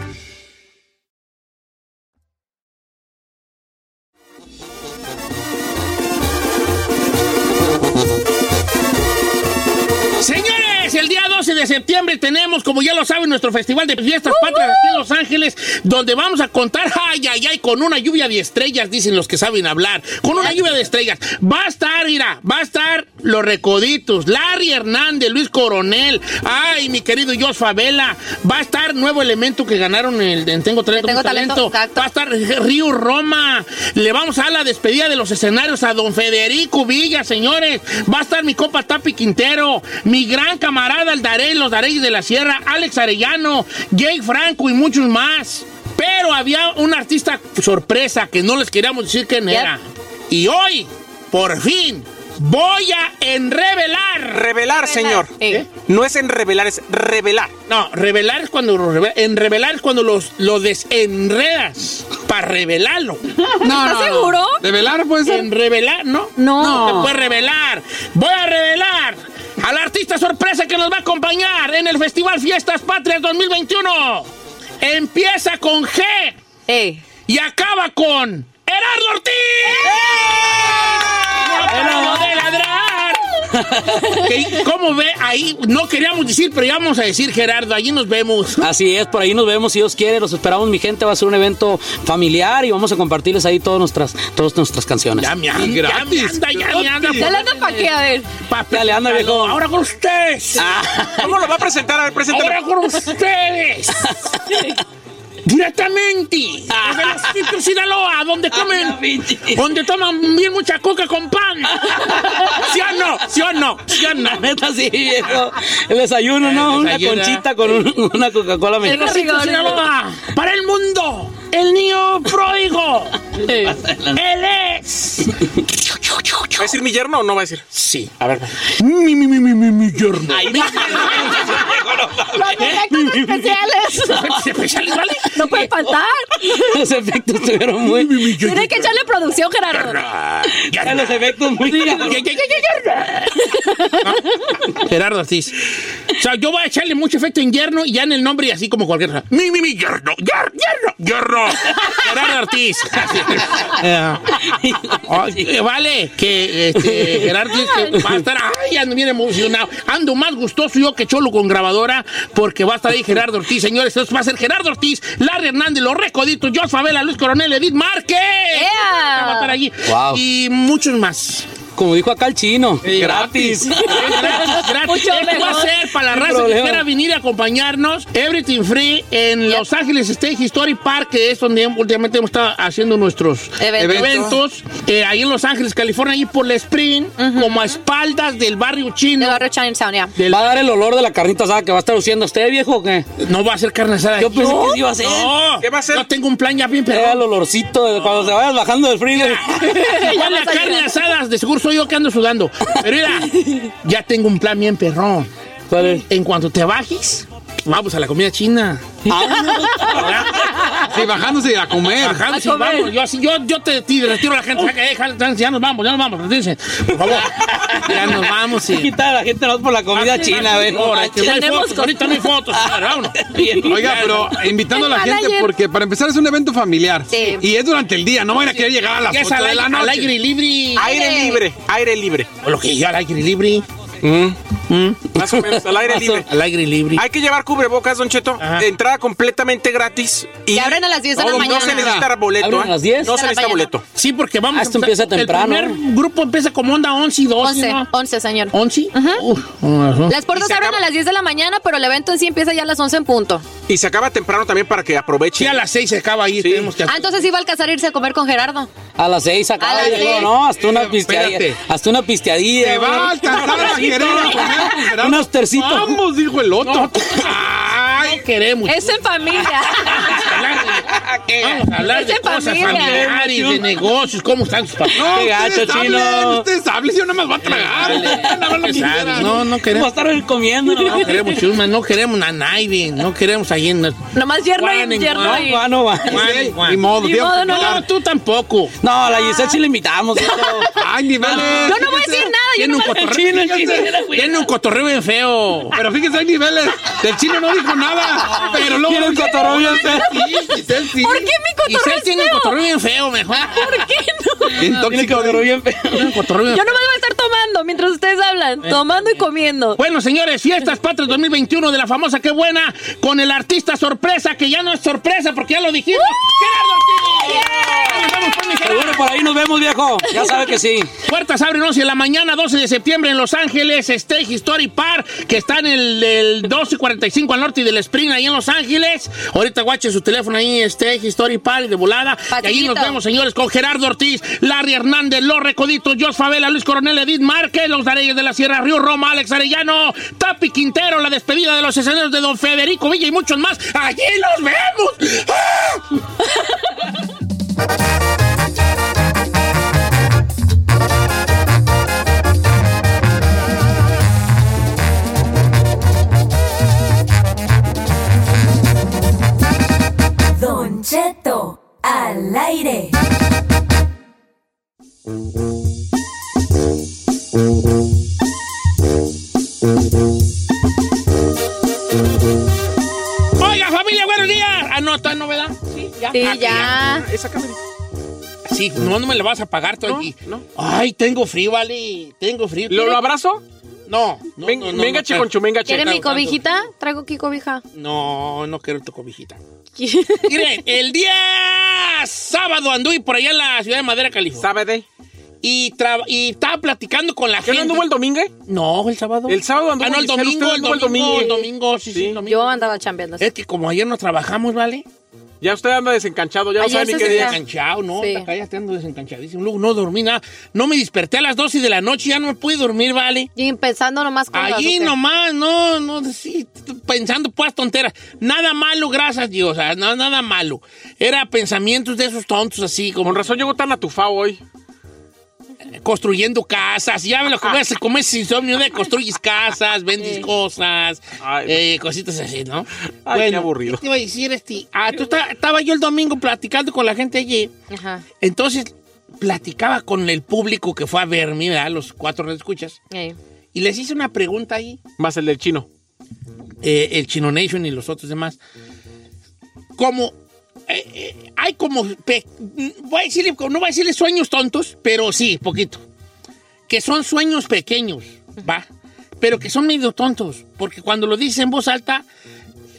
[SPEAKER 1] Señores, el día 12 de septiembre tenemos, como ya lo saben, nuestro festival de fiestas patrias aquí en Los Ángeles, donde vamos a contar, ay, ay, ay, con una lluvia de estrellas, dicen los que saben hablar, con una lluvia de estrellas. Va a estar, mira, va a estar Los Recoditos, Larry Hernández, Luis Coronel, ay, mi querido Jos Favela, va a estar Nuevo Elemento que ganaron el de en Tengo Talento,
[SPEAKER 2] Tengo
[SPEAKER 1] Mucho
[SPEAKER 2] Talento,
[SPEAKER 1] va a estar Río Roma, le vamos a dar la despedida de los escenarios a don Federico Villa, señores, va a estar mi copa Tapi Quintero, mi gran camarada el Darey, los Dareyes de la Sierra, Alex Arellano, Jake Franco y muchos más. Pero había un artista sorpresa que no les queríamos decir quién era. Y hoy, por fin, voy a enrevelar.
[SPEAKER 4] Revelar, señor. No es en revelar, es revelar.
[SPEAKER 1] No, revelar es cuando lo revela- en revelar es cuando los lo desenredas para revelarlo.
[SPEAKER 2] No, ¿Estás no, no. seguro?
[SPEAKER 1] Revelar
[SPEAKER 5] pues,
[SPEAKER 1] puede ser. En revelar, no.
[SPEAKER 2] No.
[SPEAKER 1] No te puede revelar. Voy a revelar al artista sorpresa que nos va a acompañar en el Festival Fiestas Patrias 2021. Empieza con G. Y acaba con Gerardo Ortiz.
[SPEAKER 2] ¡Eh!
[SPEAKER 1] ¡Bravo de ladrar! Ok, ¿Cómo ve? Ahí no queríamos decir, pero ya vamos a decir, Gerardo, allí nos vemos.
[SPEAKER 2] Ah,
[SPEAKER 10] Así es, por ahí nos vemos si Dios quiere, los esperamos mi gente, va a ser un evento familiar y vamos a compartirles ahí todas nuestras, todas nuestras canciones.
[SPEAKER 1] Ya me anda, ya me anda, ya me anda.
[SPEAKER 2] Ya le anda pa' qué, a ver.
[SPEAKER 10] Dale, anda viejo.
[SPEAKER 1] Ahora con
[SPEAKER 2] Ah,
[SPEAKER 1] ustedes.
[SPEAKER 10] Ah.
[SPEAKER 4] ¿Cómo lo va a presentar? A ver, preséntalo.
[SPEAKER 1] Ahora con ustedes. Directamente desde los sitios Sinaloa, donde comen, donde toman bien mucha coca con pan. ¿Sí o no? ¿Sí o no? ¿Sí o no?
[SPEAKER 10] Neta, sí, viejo. El desayuno, ¿no? Una
[SPEAKER 1] desayuno.
[SPEAKER 10] conchita con un- una Coca-Cola
[SPEAKER 1] En
[SPEAKER 10] mexicana.
[SPEAKER 1] los sitios Sinaloa, para el mundo, el niño pródigo. Él es.
[SPEAKER 4] ¿Va a decir mi yerno o no va a decir?
[SPEAKER 1] Sí.
[SPEAKER 4] A ver.
[SPEAKER 1] Mi, mi, mi, mi, mi, mi yerno.
[SPEAKER 2] Los efectos especiales.
[SPEAKER 1] Los efectos especiales, ¿vale?
[SPEAKER 2] No puede faltar.
[SPEAKER 10] Los efectos estuvieron muy.
[SPEAKER 2] Tiene que echarle producción, Gerardo.
[SPEAKER 10] Ya los efectos muy. cabrón.
[SPEAKER 1] Gerardo Ortiz. O sea, yo voy a echarle mucho efecto en yerno y ya en el nombre y así como cualquier cosa. Mi, mi, mi, yerno, yer- yerno, yerno. Gerardo Ortiz. Eh, oh, eh, vale, que este, Gerardo Ortiz que va a estar, ay, ando bien emocionado. Ando más gustoso yo que Cholo con grabadora porque va a estar ahí Gerardo Ortiz. Señores, esto va a ser Gerardo Ortiz, Larry Hernández, Los Recoditos, Jos Favela, Luis Coronel, Edith Márquez. Va a estar allí.
[SPEAKER 10] Wow.
[SPEAKER 1] Y muchos más.
[SPEAKER 10] Como dijo acá el chino, gratis.
[SPEAKER 1] gratis, gratis.
[SPEAKER 10] Mucho
[SPEAKER 1] Esto va a
[SPEAKER 10] mejor.
[SPEAKER 1] ser para la
[SPEAKER 10] Sin
[SPEAKER 1] raza que
[SPEAKER 10] problema.
[SPEAKER 1] quiera venir a acompañarnos. Everything Free en Los Ángeles State History Park, que es donde últimamente hemos estado haciendo nuestros
[SPEAKER 2] Eventos.
[SPEAKER 1] eventos. Eh, ahí en Los Ángeles, California, ahí por la Spring, como a espaldas del barrio chino.
[SPEAKER 2] Barrio Chinatown, ya.
[SPEAKER 10] ¿Va a dar el olor de la carnita asada que va a estar luciendo usted, viejo, o qué?
[SPEAKER 1] No va a ser carne asada.
[SPEAKER 10] Yo pensé que sí iba a ser.
[SPEAKER 1] No, no tengo un plan ya bien, pero.
[SPEAKER 10] Era el olorcito de cuando te vayas bajando del freezer.
[SPEAKER 1] Igual las carnes asadas, de seguro soy yo que ando sudando. Pero mira, ya tengo un plan bien perrón. En cuanto te bajes, vamos a la comida china.
[SPEAKER 5] Sí, bajándose a comer.
[SPEAKER 1] Bajándose, vamos. Yo, así, yo, yo te, te retiro a la gente. Saca, eh, jala, trans, ya nos vamos, ya nos vamos. retírense, por favor. Ya nos vamos y...
[SPEAKER 10] Quita a la gente no por la comida china, ¿ves?
[SPEAKER 1] Ahora, que no hay
[SPEAKER 10] Tenemos
[SPEAKER 1] fotos, ahorita no hay fotos. Ahora, vámonos.
[SPEAKER 5] Oiga, pero invitando a la gente, porque para empezar es un evento familiar.
[SPEAKER 1] Sí.
[SPEAKER 5] Y es durante el día, no van a querer llegar a las
[SPEAKER 1] ¿Qué es
[SPEAKER 5] 8
[SPEAKER 1] al
[SPEAKER 5] de la
[SPEAKER 1] aire-
[SPEAKER 5] noche.
[SPEAKER 1] al aire libre?
[SPEAKER 4] Aire libre, aire libre.
[SPEAKER 1] O lo que yo al aire libre.
[SPEAKER 4] Más o menos, al aire libre.
[SPEAKER 1] Al aire libre.
[SPEAKER 4] Hay que llevar cubrebocas, Don Cheto. Entrada completamente gratis. Y,
[SPEAKER 2] Y abren a las 10 de la
[SPEAKER 4] No,
[SPEAKER 2] mañana.
[SPEAKER 4] No se necesita boleto.
[SPEAKER 10] ¿Abren
[SPEAKER 4] ¿eh?
[SPEAKER 10] a las 10?
[SPEAKER 2] De
[SPEAKER 4] No se
[SPEAKER 2] la
[SPEAKER 4] necesita
[SPEAKER 2] mañana.
[SPEAKER 4] boleto.
[SPEAKER 1] Sí, porque vamos
[SPEAKER 10] Ah, esto empieza temprano.
[SPEAKER 1] El primer grupo empieza como onda 11 y 12,
[SPEAKER 2] 11,
[SPEAKER 1] Oh, ¿no?
[SPEAKER 2] 11, señor.
[SPEAKER 1] ¿11?
[SPEAKER 2] Las puertas abren a las 10 de la mañana, pero el evento en sí empieza ya a las 11 en punto.
[SPEAKER 4] Y se acaba temprano también para que aprovechen.
[SPEAKER 1] Sí, a las 6 se acaba ahí. Tenemos que
[SPEAKER 2] Ah, entonces iba a alcanzar a irse a comer con Gerardo.
[SPEAKER 10] A las seis
[SPEAKER 2] A
[SPEAKER 10] acaba
[SPEAKER 2] las
[SPEAKER 10] y luego,
[SPEAKER 2] seis.
[SPEAKER 10] no, hasta una
[SPEAKER 5] espérate.
[SPEAKER 10] pisteadilla. Hasta una pisteadilla.
[SPEAKER 5] Te va
[SPEAKER 10] güey.
[SPEAKER 5] a alcanzar a querer a comer,
[SPEAKER 4] pues,
[SPEAKER 5] ¿verdad?
[SPEAKER 10] Un austercito.
[SPEAKER 5] Vamos, dijo el otro.
[SPEAKER 2] Ah,
[SPEAKER 1] Ay, no queremos.
[SPEAKER 2] Es en familia.
[SPEAKER 1] Vamos a hablar de
[SPEAKER 2] Es de
[SPEAKER 1] cosas
[SPEAKER 2] familia.
[SPEAKER 1] familiares, de negocios, cómo están sus papás.
[SPEAKER 5] No,
[SPEAKER 10] Qué gacho,
[SPEAKER 5] ustedes
[SPEAKER 10] chino.
[SPEAKER 5] hablen, Ustedes hablen, yo nada más voy a tragar. Van a hablar lo que
[SPEAKER 1] Pesados.
[SPEAKER 5] quieran.
[SPEAKER 1] No, no
[SPEAKER 10] Vamos a
[SPEAKER 1] queremos.
[SPEAKER 10] estar comiendo,
[SPEAKER 1] No
[SPEAKER 10] ¿no?
[SPEAKER 1] queremos chusma, no queremos a nadie, no queremos ahí en...
[SPEAKER 2] Nomás yerno
[SPEAKER 1] Juan
[SPEAKER 2] y
[SPEAKER 1] en
[SPEAKER 2] yerno
[SPEAKER 1] Juan.
[SPEAKER 2] y...
[SPEAKER 10] Va, no va.
[SPEAKER 5] Sí, Ni modo,
[SPEAKER 2] Ni
[SPEAKER 5] tío.
[SPEAKER 2] modo, no,
[SPEAKER 1] No,
[SPEAKER 2] no.
[SPEAKER 1] tú tampoco.
[SPEAKER 10] No, a la Giselle sí le invitamos. Cheto.
[SPEAKER 5] Ay, ni vale.
[SPEAKER 2] Yo no voy a decir nada, yo
[SPEAKER 1] Tiene
[SPEAKER 2] no
[SPEAKER 1] un
[SPEAKER 2] voy a
[SPEAKER 1] cotorreo.
[SPEAKER 10] Chino, el chino,
[SPEAKER 1] Fíjense,
[SPEAKER 10] era güey.
[SPEAKER 1] Tiene un cotorreo bien feo.
[SPEAKER 5] Pero fíjense, hay niveles. Del chino no dijo nada. Pero luego.
[SPEAKER 10] Quiero un cotorreo bien feo.
[SPEAKER 5] Sí, Giselle, sí.
[SPEAKER 2] ¿Por qué mi
[SPEAKER 1] Y
[SPEAKER 2] cotorreo es
[SPEAKER 1] tiene un
[SPEAKER 2] feo?
[SPEAKER 1] cotorreo bien feo, mejor.
[SPEAKER 2] ¿Por qué no?
[SPEAKER 5] Bien
[SPEAKER 10] Tiene
[SPEAKER 5] tóxico.
[SPEAKER 10] que bien feo.
[SPEAKER 1] Tiene un cotorreo bien
[SPEAKER 2] Yo nomás voy a estar tomando mientras ustedes hablan. Tomando y comiendo.
[SPEAKER 1] Bueno, señores, Fiestas Patrias 2021 de la famosa Qué Buena, con el artista sorpresa, que ya no es sorpresa porque ya lo dijimos. ¡Gerardo Ortiz! Vamos, ponle, Gerardo.
[SPEAKER 10] Seguro por ahí nos vemos, viejo. Ya sabe que sí.
[SPEAKER 1] Puertas abren 11 de la mañana, 12 de septiembre en Los Ángeles, Stage History Park, que está en el, el 1245 al norte del Spring, ahí en Los Ángeles. Ahorita guache su teléfono ahí, Stage History Park, de volada. Y ahí
[SPEAKER 2] Facilito.
[SPEAKER 1] nos vemos, señores, con Gerardo Ortiz, Larry Hernández, Los Recoditos, Jos Favela, Luis Coronel, Edith Márquez, Los Dareyes de la Sierra, Río Roma, Alex Arellano, Tapi Quintero, la despedida de los escenarios de Don Federico Villa y muchos más. ¡Allí los vemos! ¡Ah!
[SPEAKER 11] Don Cheto, al aire.
[SPEAKER 1] Oiga, familia, buenos días. Ah, no, está novedad. Sí, ya.
[SPEAKER 2] Sí,
[SPEAKER 1] Ah,
[SPEAKER 2] ya.
[SPEAKER 4] Esa cámara.
[SPEAKER 1] Sí, no, no me la vas a pagar tú aquí.
[SPEAKER 4] no.
[SPEAKER 1] Ay, tengo frío, vale. Tengo frío.
[SPEAKER 4] ¿Lo, lo abrazo?
[SPEAKER 1] No, no,
[SPEAKER 4] Ven-
[SPEAKER 1] no,
[SPEAKER 4] venga,
[SPEAKER 1] no, no,
[SPEAKER 4] chiconchu, venga,
[SPEAKER 2] ¿Quiere
[SPEAKER 4] chico.
[SPEAKER 2] mi cobijita? Traigo aquí cobija.
[SPEAKER 1] No, no quiero tu cobijita. Miren, el día sábado anduve por allá en la ciudad de Madera, California.
[SPEAKER 4] ¿Sabe
[SPEAKER 1] Y, tra- y estaba platicando con la
[SPEAKER 4] ¿Qué
[SPEAKER 1] gente.
[SPEAKER 4] no anduvo el domingo? eh?
[SPEAKER 1] No, el sábado.
[SPEAKER 4] El sábado anduvo
[SPEAKER 1] Ah, no, el
[SPEAKER 4] Giselle,
[SPEAKER 1] domingo,
[SPEAKER 4] usted
[SPEAKER 1] el
[SPEAKER 4] anduvo el
[SPEAKER 1] domingo, el
[SPEAKER 4] domingo.
[SPEAKER 1] domingo, sí, sí,
[SPEAKER 4] Sí.
[SPEAKER 1] el domingo.
[SPEAKER 2] Yo andaba chambeando.
[SPEAKER 1] Es que como ayer no trabajamos, ¿vale?
[SPEAKER 4] Ya usted anda desencanchado, ya no
[SPEAKER 2] Ayer
[SPEAKER 4] sabe ni
[SPEAKER 2] se
[SPEAKER 4] qué
[SPEAKER 2] sentía-
[SPEAKER 4] día.
[SPEAKER 1] Desencanchado, no,
[SPEAKER 2] Sí.
[SPEAKER 1] hasta acá ya te ando desencanchadísimo. Luego no dormí nada. No me desperté a las 12 de la noche, ya no me pude dormir, ¿vale?
[SPEAKER 2] Y pensando nomás con
[SPEAKER 1] Allí nomás, no, no, sí, pensando pues tonteras. Nada malo, gracias Dios, o sea, no, nada malo. Era pensamientos de esos tontos así, como
[SPEAKER 4] Con razón llegó tan atufado hoy.
[SPEAKER 1] construyendo casas. Ya me lo comes, comes insomnio de construyes casas, vendes cosas,
[SPEAKER 4] Ay,
[SPEAKER 1] eh, cositas así, ¿no?
[SPEAKER 4] Ay, qué aburrido.
[SPEAKER 1] te iba a decir, este? Ah, tú esta- estaba yo el domingo platicando con la gente allí.
[SPEAKER 2] Ajá.
[SPEAKER 1] Entonces, platicaba con el público que fue a verme, ¿verdad? Los cuatro escuchas.
[SPEAKER 2] Ey.
[SPEAKER 1] Y les hice una pregunta ahí.
[SPEAKER 4] Más el del chino.
[SPEAKER 1] eh, el Chino Nation y los otros demás, como eh, eh, hay como, pe- voy a decirle, no voy a decirle sueños tontos, pero sí, poquito, que son sueños pequeños, va, pero que son medio tontos, porque cuando lo dices en voz alta,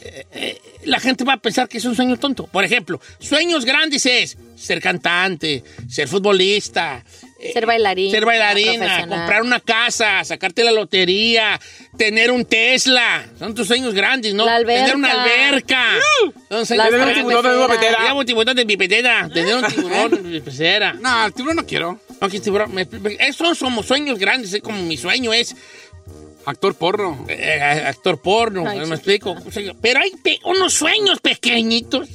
[SPEAKER 1] eh, eh, la gente va a pensar que es un sueño tonto. Por ejemplo, sueños grandes es ser cantante, ser futbolista, eh,
[SPEAKER 2] Ser bailarina,
[SPEAKER 1] ser bailarina,
[SPEAKER 2] profesional.
[SPEAKER 1] comprar una casa, sacarte la lotería, tener un Tesla. Son tus sueños grandes, ¿no?
[SPEAKER 2] La alberca.
[SPEAKER 1] Tener una alberca. Son sueños
[SPEAKER 2] Las
[SPEAKER 4] Tener un
[SPEAKER 1] grandes.
[SPEAKER 4] tiburón en una
[SPEAKER 2] peceras.
[SPEAKER 4] petera.
[SPEAKER 1] Tener un tiburón de mi pecera. Tener un tiburón en mi pecera.
[SPEAKER 5] No, el tiburón no quiero.
[SPEAKER 1] No, que tiburón. me- me- Esos somos sueños grandes. es como mi sueño es
[SPEAKER 5] Actor porno.
[SPEAKER 1] eh, actor porno.
[SPEAKER 2] Ay,
[SPEAKER 1] ¿Me explico? Pero hay pe- unos sueños pequeñitos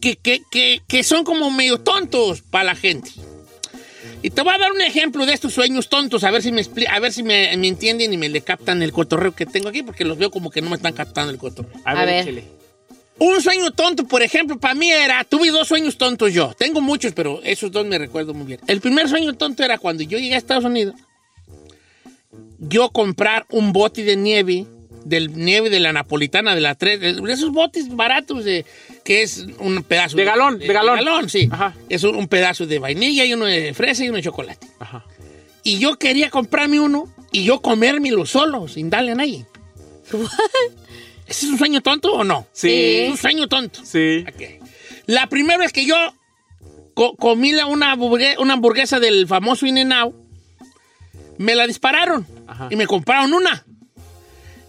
[SPEAKER 1] que, que, que, que son como medio tontos para la gente. Y te voy a dar un ejemplo de estos sueños tontos, a ver si me, expli- a ver si me, me entienden y me le captan el cotorreo que tengo aquí, porque los veo como que no me están captando el cotorreo.
[SPEAKER 4] A
[SPEAKER 2] ver.
[SPEAKER 4] échele.
[SPEAKER 1] Un sueño tonto, por ejemplo, para mí era, tuve dos sueños tontos yo. Tengo muchos, pero esos dos me recuerdo muy bien. El primer sueño tonto era cuando yo llegué a Estados Unidos, yo comprar un bote de nieve, del nieve de la napolitana, de la tres, de esos botes baratos de, que es un pedazo.
[SPEAKER 4] De galón, de galón.
[SPEAKER 1] sí. Es un, un pedazo de vainilla y uno de fresa y uno de chocolate. Y yo quería comprarme uno y yo comérmelo solo, sin darle a nadie. ¿Ese es un sueño tonto o no?
[SPEAKER 4] Sí.
[SPEAKER 1] Es un sueño tonto.
[SPEAKER 4] Sí.
[SPEAKER 1] La primera vez que yo co- comí la- una, hamburgue- una hamburguesa del famoso in n out me la dispararon y me compraron una.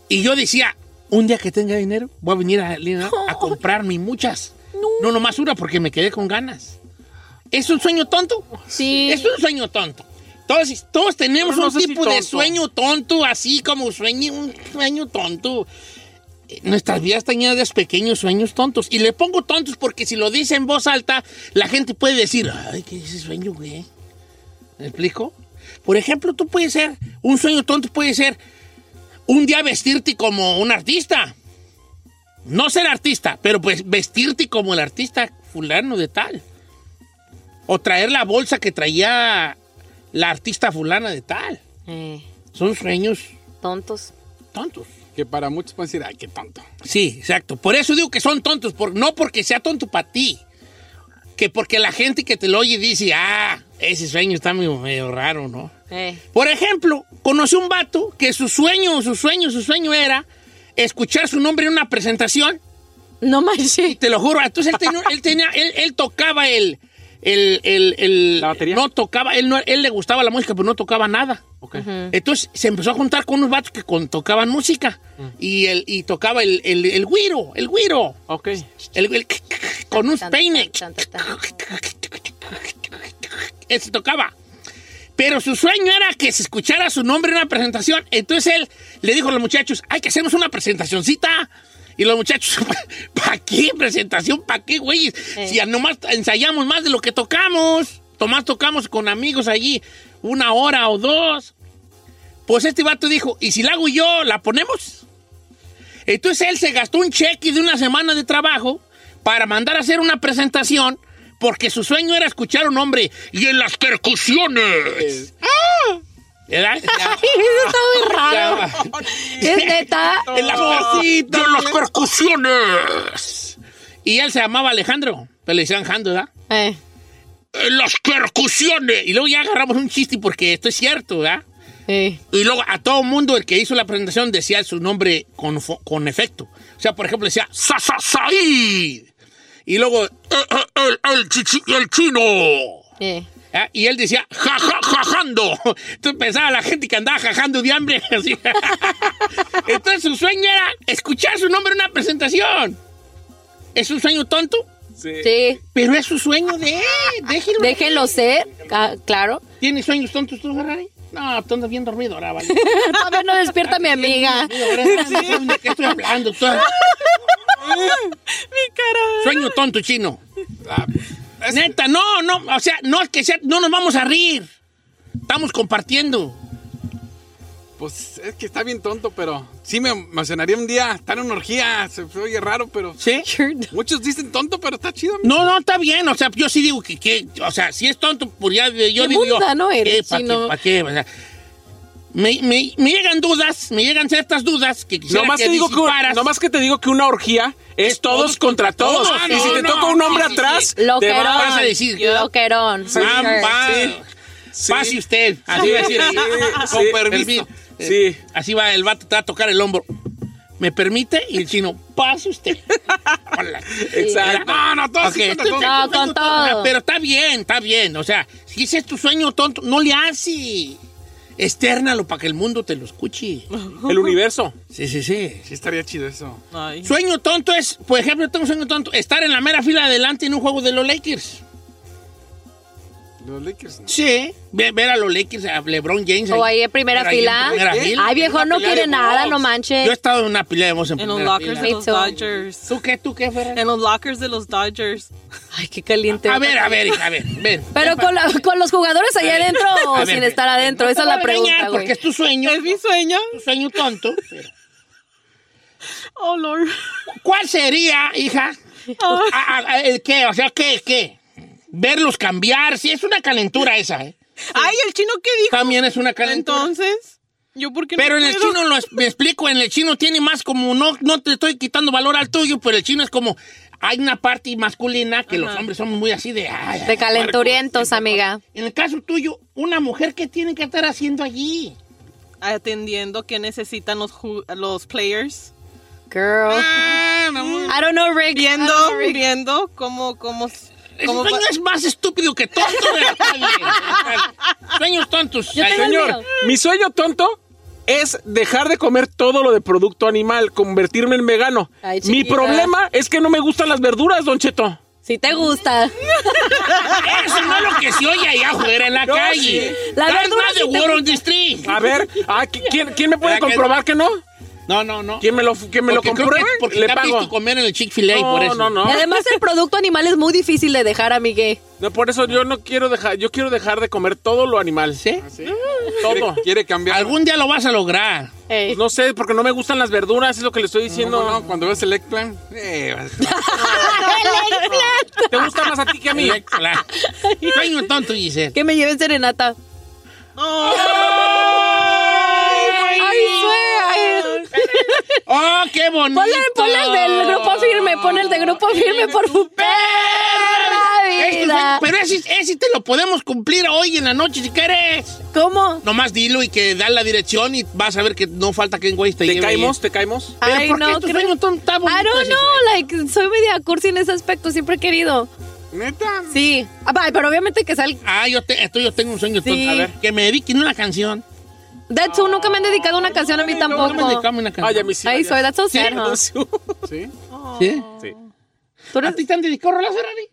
[SPEAKER 1] Y yo decía, un día que tenga dinero, voy a venir a, In-N-Out a comprarme muchas. No. nomás una porque me quedé con ganas. ¿Es un sueño tonto? Sí. Es un sueño tonto. Entonces, todos tenemos
[SPEAKER 4] Pero no
[SPEAKER 1] un
[SPEAKER 4] sé si
[SPEAKER 1] tipo de
[SPEAKER 4] tonto.
[SPEAKER 1] sueño tonto, así como sueño, un sueño tonto. Eh, Nuestras vidas están llenas de pequeños sueños tontos. Y le pongo tontos porque si lo dice en voz alta, la gente puede decir, ay, ¿qué es ese sueño, güey? ¿Me explico? Por ejemplo, tú puedes ser, un sueño tonto puede ser un día vestirte como un artista. No ser artista, pero pues vestirte como el artista fulano de tal. O traer la bolsa que traía la artista fulana de tal. Son sueños.
[SPEAKER 2] eh, Tontos.
[SPEAKER 1] Tontos.
[SPEAKER 5] Que para muchos pueden decir, ay, qué tonto.
[SPEAKER 1] Sí, exacto. Por eso digo que son tontos, por, no porque sea tonto para ti, que porque la gente que te lo oye dice, ah, ese sueño está medio, medio raro, ¿no? Por ejemplo, conocí un vato que su sueño, su sueño, su sueño era escuchar su nombre en una presentación.
[SPEAKER 2] No manches.
[SPEAKER 1] Te lo juro. Entonces él tenía, él, tenía- él- él tocaba el, el, el- el- No tocaba, él, no, él le gustaba la música, pero no tocaba nada. Entonces se empezó a juntar con unos vatos que con- tocaban música y, el, y tocaba el, el, el güiro, el güiro.
[SPEAKER 4] Ok.
[SPEAKER 1] El, el- con un peine.
[SPEAKER 2] Tan, tan, tan, tan.
[SPEAKER 1] Ese tocaba. Pero su sueño era que se escuchara su nombre en una presentación. Entonces él le dijo a los muchachos, hay que hacernos una presentacioncita. Y los muchachos, ¿para qué presentación? ¿Para qué, güey? Si ya nomás ensayamos más de lo que tocamos. Tomás tocamos con amigos allí una hora o dos. Pues este vato dijo, ¿y si la hago yo, la ponemos? Entonces él se gastó un cheque de una semana de trabajo para mandar a hacer una presentación porque su sueño era escuchar un hombre y en las percusiones.
[SPEAKER 2] ¡Ah!
[SPEAKER 1] ¿Verdad?
[SPEAKER 2] Ay, eso está muy raro. Es neta.
[SPEAKER 1] En las cositas, en las percusiones. Y él se llamaba Alejandro, pero le decían Jando, ¿verdad?
[SPEAKER 2] Eh,
[SPEAKER 1] En las percusiones. Y luego ya agarramos un chiste porque esto es cierto, ¿verdad?
[SPEAKER 2] eh,
[SPEAKER 1] Y luego a todo mundo el que hizo la presentación decía su nombre con, fo- con efecto. O sea, por ejemplo, decía "Sa- Sa- Said". Y luego "Eh, eh, el, el chichi- el chino.
[SPEAKER 2] Eh.
[SPEAKER 1] Ah, Y él decía, ja, ja, jajando. Entonces pensaba la gente que andaba jajando de hambre. así. Entonces su sueño era escuchar su nombre en una presentación. ¿Es un sueño tonto?
[SPEAKER 4] Sí.
[SPEAKER 2] Sí.
[SPEAKER 1] Pero es su sueño de él. Déjenlo.
[SPEAKER 2] Déjenlo ser, ca- claro.
[SPEAKER 1] ¿Tienes sueños tontos tú, Ferrari? No, tú andas bien dormido ahora, vale.
[SPEAKER 2] Todavía no despierta mi amiga.
[SPEAKER 1] ¿De qué estoy hablando? Mi cara. Sueño tonto, chino. Ah, pues, Neta, no, no, o sea, no es que sea, no nos vamos a reír. Estamos compartiendo.
[SPEAKER 5] Pues es que está bien tonto, pero sí me emocionaría un día estar en una orgía. Se oye raro, pero.
[SPEAKER 1] ¿Sí?
[SPEAKER 5] Muchos dicen tonto, pero está chido.
[SPEAKER 1] No, no, está bien. O sea, yo sí digo que, que- o sea, si es tonto, pues ya eh, yo
[SPEAKER 2] Qué
[SPEAKER 1] digo. yo,
[SPEAKER 2] mundano eres,
[SPEAKER 1] ¿qué, pa' qué,
[SPEAKER 2] chino.
[SPEAKER 1] pa' qué? O sea, me, me- me llegan dudas, me llegan ciertas dudas que quisiera
[SPEAKER 4] Nomás
[SPEAKER 1] que
[SPEAKER 4] te, digo que,
[SPEAKER 1] disiparas.
[SPEAKER 4] nomás que te digo que una orgía es, todos contra todos.
[SPEAKER 1] todos. Ah,
[SPEAKER 4] y
[SPEAKER 1] no,
[SPEAKER 4] si te
[SPEAKER 1] no,
[SPEAKER 4] toca un hombre
[SPEAKER 1] sí, sí,
[SPEAKER 4] atrás,
[SPEAKER 1] sí.
[SPEAKER 4] te
[SPEAKER 2] Loquerón.
[SPEAKER 4] vas a decir.
[SPEAKER 1] decir.
[SPEAKER 2] Loquerón.
[SPEAKER 4] Sí.
[SPEAKER 2] for sure.
[SPEAKER 1] Va- Pase usted. Así va a decir.
[SPEAKER 4] Sí,
[SPEAKER 1] Con
[SPEAKER 4] sí.
[SPEAKER 1] permiso. Eh,
[SPEAKER 4] Sí.
[SPEAKER 1] Así va el vato, te va a tocar el hombro. ¿Me permite? Y el chino, pase usted. Hola.
[SPEAKER 4] Exacto.
[SPEAKER 1] No, no, todo
[SPEAKER 4] Ok.
[SPEAKER 1] sí,
[SPEAKER 4] No, con
[SPEAKER 1] tengo
[SPEAKER 4] todo.
[SPEAKER 1] Pero está bien, está bien. O sea, si ese es tu sueño tonto, no le hace. Externalo para que el mundo te lo escuche.
[SPEAKER 4] El universo.
[SPEAKER 1] Sí, sí, sí.
[SPEAKER 5] Sí, estaría chido eso.
[SPEAKER 1] Sueño tonto es, por ejemplo, yo tengo un sueño tonto, estar en la mera fila de adelante en un juego de los Lakers.
[SPEAKER 5] Los Lakers.
[SPEAKER 1] Sí, ve- ver, a los Lakers, a LeBron James.
[SPEAKER 2] O ahí en primera
[SPEAKER 1] Pero ahí en
[SPEAKER 2] fila. ¿Eh?
[SPEAKER 1] primera fila.
[SPEAKER 2] Ay, viejo, no
[SPEAKER 1] Una pelea
[SPEAKER 2] quiere
[SPEAKER 1] de
[SPEAKER 2] nada,
[SPEAKER 1] box.
[SPEAKER 2] no manches.
[SPEAKER 1] Yo he estado en una pelea de voz en,
[SPEAKER 6] En los
[SPEAKER 1] primera
[SPEAKER 6] lockers
[SPEAKER 1] fila.
[SPEAKER 6] de los
[SPEAKER 2] Me too.
[SPEAKER 6] Dodgers.
[SPEAKER 1] ¿Tú qué, tú qué, Ferrari?
[SPEAKER 6] En los lockers de los Dodgers.
[SPEAKER 2] Ay, qué caliente.
[SPEAKER 1] A ver, a ver, hija, a ver, a ver.
[SPEAKER 2] Pero con, la- con los jugadores allá adentro o
[SPEAKER 1] A ver,
[SPEAKER 2] sin
[SPEAKER 1] pero-
[SPEAKER 2] estar adentro,
[SPEAKER 1] No
[SPEAKER 2] esa
[SPEAKER 1] te
[SPEAKER 2] es la
[SPEAKER 1] voy a regañar
[SPEAKER 2] pregunta,
[SPEAKER 1] Porque
[SPEAKER 2] güey.
[SPEAKER 1] es tu sueño.
[SPEAKER 6] ¿Es mi sueño?
[SPEAKER 1] Tu sueño tonto. pero-
[SPEAKER 6] Oh, Lord.
[SPEAKER 1] ¿Cuál sería, hija? A- a- a- ¿El qué? O sea, ¿qué? ¿Qué? Verlos cambiar. Sí, es una calentura esa, ¿eh?
[SPEAKER 6] Ay, ¿el chino qué dijo?
[SPEAKER 1] También es una calentura.
[SPEAKER 6] Entonces, ¿yo por qué no
[SPEAKER 1] Pero en el
[SPEAKER 6] puedo?
[SPEAKER 1] chino, lo es- me explico, en el chino tiene más como, no, no te estoy quitando valor al tuyo, pero el chino es como, hay una parte masculina que los hombres somos muy así de... ay,
[SPEAKER 2] De calenturientos, amiga.
[SPEAKER 1] En el caso tuyo, una mujer que tiene que estar haciendo allí.
[SPEAKER 6] Atendiendo que necesitan los, ju- los players.
[SPEAKER 2] Girl.
[SPEAKER 1] Ah,
[SPEAKER 2] I don't know, Rick.
[SPEAKER 6] Viendo,
[SPEAKER 2] I don't know, Rick.
[SPEAKER 6] viendo cómo, cómo,
[SPEAKER 1] El
[SPEAKER 6] cómo
[SPEAKER 1] sueño
[SPEAKER 6] va-
[SPEAKER 1] es más estúpido que tonto de la calle. Sueños tontos.
[SPEAKER 4] Ay, Señor, mi sueño tonto es dejar de comer todo lo de producto animal, convertirme en vegano.
[SPEAKER 2] Ay,
[SPEAKER 4] mi
[SPEAKER 2] chiquita.
[SPEAKER 4] problema es que no me gustan las verduras, Don Cheto.
[SPEAKER 2] Si te gusta.
[SPEAKER 1] Eso no es lo que se oye allá afuera en la
[SPEAKER 4] No,
[SPEAKER 1] calle.
[SPEAKER 4] sí.
[SPEAKER 1] La
[SPEAKER 4] La
[SPEAKER 1] verdad
[SPEAKER 4] verdura
[SPEAKER 1] de
[SPEAKER 4] sí te
[SPEAKER 1] War on
[SPEAKER 4] gusta.
[SPEAKER 1] this tree.
[SPEAKER 4] A ver, ah, ¿qui- ¿quién, quién me puede
[SPEAKER 1] ¿Verdad que
[SPEAKER 4] comprobar que no?
[SPEAKER 1] No, no, no.
[SPEAKER 4] ¿Quién me lo, quién me lo
[SPEAKER 1] Porque creo que-
[SPEAKER 4] compruebe?
[SPEAKER 1] porque
[SPEAKER 4] Le
[SPEAKER 1] te han
[SPEAKER 4] pago.
[SPEAKER 1] visto comer en el Chick-fil-A
[SPEAKER 4] No,
[SPEAKER 1] por eso.
[SPEAKER 4] no, no.
[SPEAKER 2] Y además el producto animal es muy difícil de dejar, amigue.
[SPEAKER 4] No, por eso yo no quiero dejar, yo quiero dejar de comer todo lo animal.
[SPEAKER 1] ¿Sí?
[SPEAKER 4] Todo.
[SPEAKER 5] Quiere cambiar.
[SPEAKER 1] Algún día lo vas a lograr.
[SPEAKER 4] Pues no sé, porque no me gustan las verduras, es lo que le estoy diciendo.
[SPEAKER 5] No, no, cuando ves el eggplant. eh,
[SPEAKER 4] ¿Te gusta más a ti que a mí?
[SPEAKER 1] Claro. Sueño tonto, Giselle.
[SPEAKER 2] Que me lleven serenata.
[SPEAKER 1] ¡Ay, ¡Oh, qué bonito!
[SPEAKER 2] Ponle, ponle el del grupo firme, ponle el de grupo firme por su perra
[SPEAKER 1] Esto es-
[SPEAKER 2] vida.
[SPEAKER 1] pero ese, ese te lo podemos cumplir hoy en la noche si quieres.
[SPEAKER 2] ¿Cómo?
[SPEAKER 1] Nomás dilo y que da la dirección y vas a ver que no falta que en güey te
[SPEAKER 4] ¿Te
[SPEAKER 1] lleve ahí.
[SPEAKER 4] caemos? ¿Te caemos?
[SPEAKER 1] Pero
[SPEAKER 2] Ay,
[SPEAKER 1] ¿por qué
[SPEAKER 2] no,
[SPEAKER 1] tu
[SPEAKER 2] creo-
[SPEAKER 1] sueño tonto está bonito
[SPEAKER 2] I don't
[SPEAKER 1] ese?
[SPEAKER 2] know, like, soy media cursi en ese aspecto, siempre he querido.
[SPEAKER 5] Neta.
[SPEAKER 2] Sí. Ah, va, pero obviamente que sea el...
[SPEAKER 1] Ah, yo, te- esto yo tengo un sueño
[SPEAKER 2] Sí.
[SPEAKER 1] tonto. A ver, que me dediquen una canción.
[SPEAKER 2] That's all, nunca me han dedicado una canción a mí
[SPEAKER 1] No me
[SPEAKER 2] tampoco.
[SPEAKER 1] dedicamos una canción.
[SPEAKER 4] Ay, a mí sí.
[SPEAKER 2] Ahí soy, that's so sad, huh?
[SPEAKER 4] ¿Sí?
[SPEAKER 1] ¿Sí?
[SPEAKER 4] Sí.
[SPEAKER 2] ¿Tú eres-
[SPEAKER 1] ¿A ti te han dedicado rolas, Ferrari?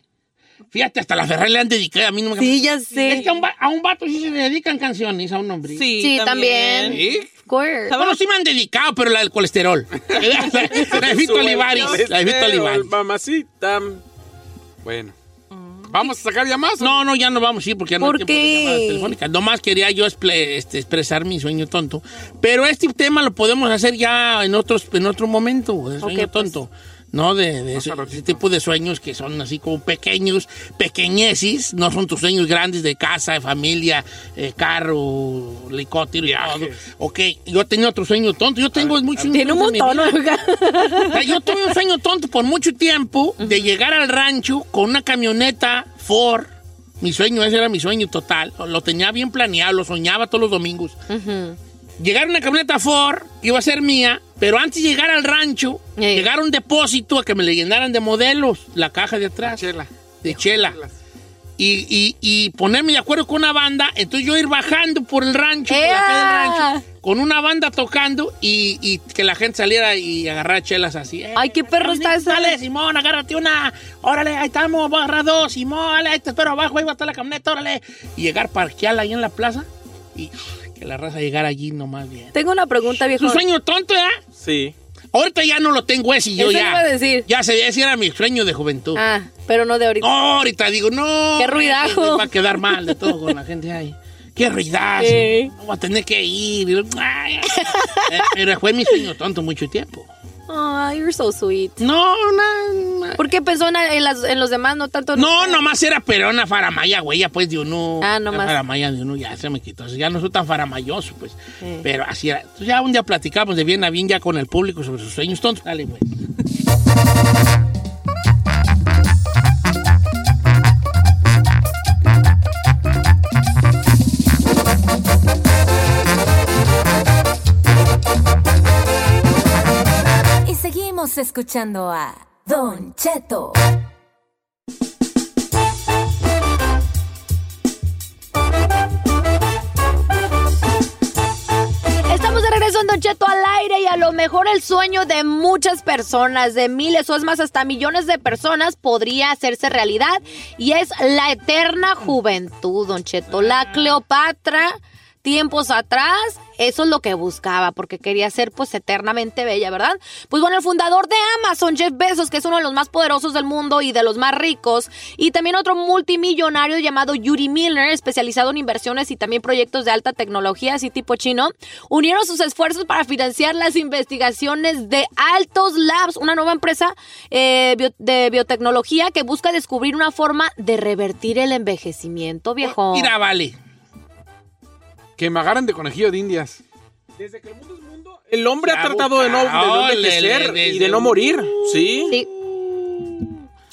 [SPEAKER 1] Fíjate, hasta la Ferrari le han dedicado a mí. nunca-
[SPEAKER 2] Sí, ya sé.
[SPEAKER 1] Es que a un, va- a un vato sí se le dedican canciones, a un hombre.
[SPEAKER 6] Sí,
[SPEAKER 2] Sí, también.
[SPEAKER 1] ¿Sí?
[SPEAKER 2] Squirt.
[SPEAKER 1] Bueno, sí me han dedicado, pero la del colesterol. la de Vito Olivares. La de Vito Olivares.
[SPEAKER 4] Mamacita.
[SPEAKER 5] Este, Bueno. ¿Vamos a sacar ya más? o
[SPEAKER 1] No, no, ya no vamos a ir porque ya no
[SPEAKER 2] ¿Por
[SPEAKER 1] hay tiempo de
[SPEAKER 2] qué?
[SPEAKER 1] llamadas telefónicas. Nomás quería yo expre- este, expresar mi sueño tonto. Pero este tema lo podemos hacer ya en, otros, en otro momento, el sueño
[SPEAKER 2] Ok, pues.
[SPEAKER 1] tonto. No, de, de ese, ese tipo de sueños que son así como pequeños, pequeñeces, no son tus sueños grandes de casa, de familia, eh, carro, helicóptero y todo. Ok, yo tenía otro sueño tonto, yo tengo muchos
[SPEAKER 2] Tiene un
[SPEAKER 1] sueños en mi
[SPEAKER 2] montón,
[SPEAKER 1] vida.
[SPEAKER 2] oiga.
[SPEAKER 1] O sea, Yo tuve un sueño tonto por mucho tiempo de llegar al rancho con una camioneta Ford. Mi sueño, ese era mi sueño total. Lo tenía bien planeado, lo soñaba todos los domingos.
[SPEAKER 2] Ujú.
[SPEAKER 1] Llegar a una camioneta Ford, que iba a ser mía, pero antes de llegar al rancho,
[SPEAKER 2] Ey.
[SPEAKER 1] llegar a un depósito a que me le llenaran de modelos, la caja de
[SPEAKER 5] no?
[SPEAKER 1] atrás,
[SPEAKER 5] Chela.
[SPEAKER 1] de chela. Y, y- y ponerme de acuerdo con una banda, entonces yo ir bajando por el rancho, por la calle del rancho,
[SPEAKER 2] ¡Ea!
[SPEAKER 1] con una banda tocando y, y que la gente saliera y agarrara chelas así. Eh,
[SPEAKER 2] Ay, qué perro está ese.
[SPEAKER 1] Dale, Simón, agárrate una. Órale, ahí estamos, voy a agarrar dos. Simón, dale, ahí te espero abajo, ahí va a estar la camioneta, órale. Y llegar, parquearla ahí en la plaza y que la raza llegara allí nomás bien.
[SPEAKER 2] Tengo una pregunta, viejo.
[SPEAKER 1] ¿Tu sueño tonto, ¿eh?
[SPEAKER 4] Sí.
[SPEAKER 1] Ahorita ya no lo tengo ese y yo
[SPEAKER 2] Eso
[SPEAKER 1] ya.
[SPEAKER 2] iba a decir.
[SPEAKER 1] Ya se, ese era mi sueño de juventud.
[SPEAKER 2] Ah, pero no de ahorita.
[SPEAKER 1] No, ahorita digo, no.
[SPEAKER 2] Qué ruidajo.
[SPEAKER 1] güey, Va a quedar mal de todo con la gente ahí. Qué ruidazo.
[SPEAKER 2] Ey.
[SPEAKER 1] No voy a tener que ir. Ay, eh, Pero fue mi sueño tonto mucho tiempo.
[SPEAKER 2] Ay, you're so sweet.
[SPEAKER 1] No, no.
[SPEAKER 2] ¿Por qué pensó en, en las- en los demás, no tanto en
[SPEAKER 1] No,
[SPEAKER 2] ustedes?
[SPEAKER 1] nomás era perona faramaya, güey, ya pues de uno.
[SPEAKER 2] Ah, nomás.
[SPEAKER 1] Era Faramaya de uno, ya se me quitó. Ya no soy tan faramayoso, pues.
[SPEAKER 2] Sí.
[SPEAKER 1] Pero así era. Entonces, ya un día platicamos de bien a bien ya con el público sobre sus sueños tontos. Dale, pues.
[SPEAKER 11] Y seguimos escuchando a Don Cheto.
[SPEAKER 2] Estamos de regreso en Don Cheto al aire y a lo mejor el sueño de muchas personas, de miles o es más hasta millones de personas podría hacerse realidad y es la eterna juventud, Don Cheto. La Cleopatra tiempos atrás, eso es lo que buscaba, porque quería ser pues eternamente bella, ¿verdad? Pues bueno, el fundador de Amazon, Jeff Bezos, que es uno de los más poderosos del mundo y de los más ricos, y también otro multimillonario llamado Yuri Milner, especializado en inversiones y también proyectos de alta tecnología, así tipo chino, unieron sus esfuerzos para financiar las investigaciones de Altos Labs, una nueva empresa eh, bio- de biotecnología que busca descubrir una forma de revertir el envejecimiento, viejo.
[SPEAKER 1] Mira, vale.
[SPEAKER 5] Que me agarran de conejillo de indias.
[SPEAKER 4] El hombre ha tratado de no, de no
[SPEAKER 1] Ah, le-
[SPEAKER 4] envejecer
[SPEAKER 1] le-
[SPEAKER 4] y de no morir, ¿sí?
[SPEAKER 2] Sí.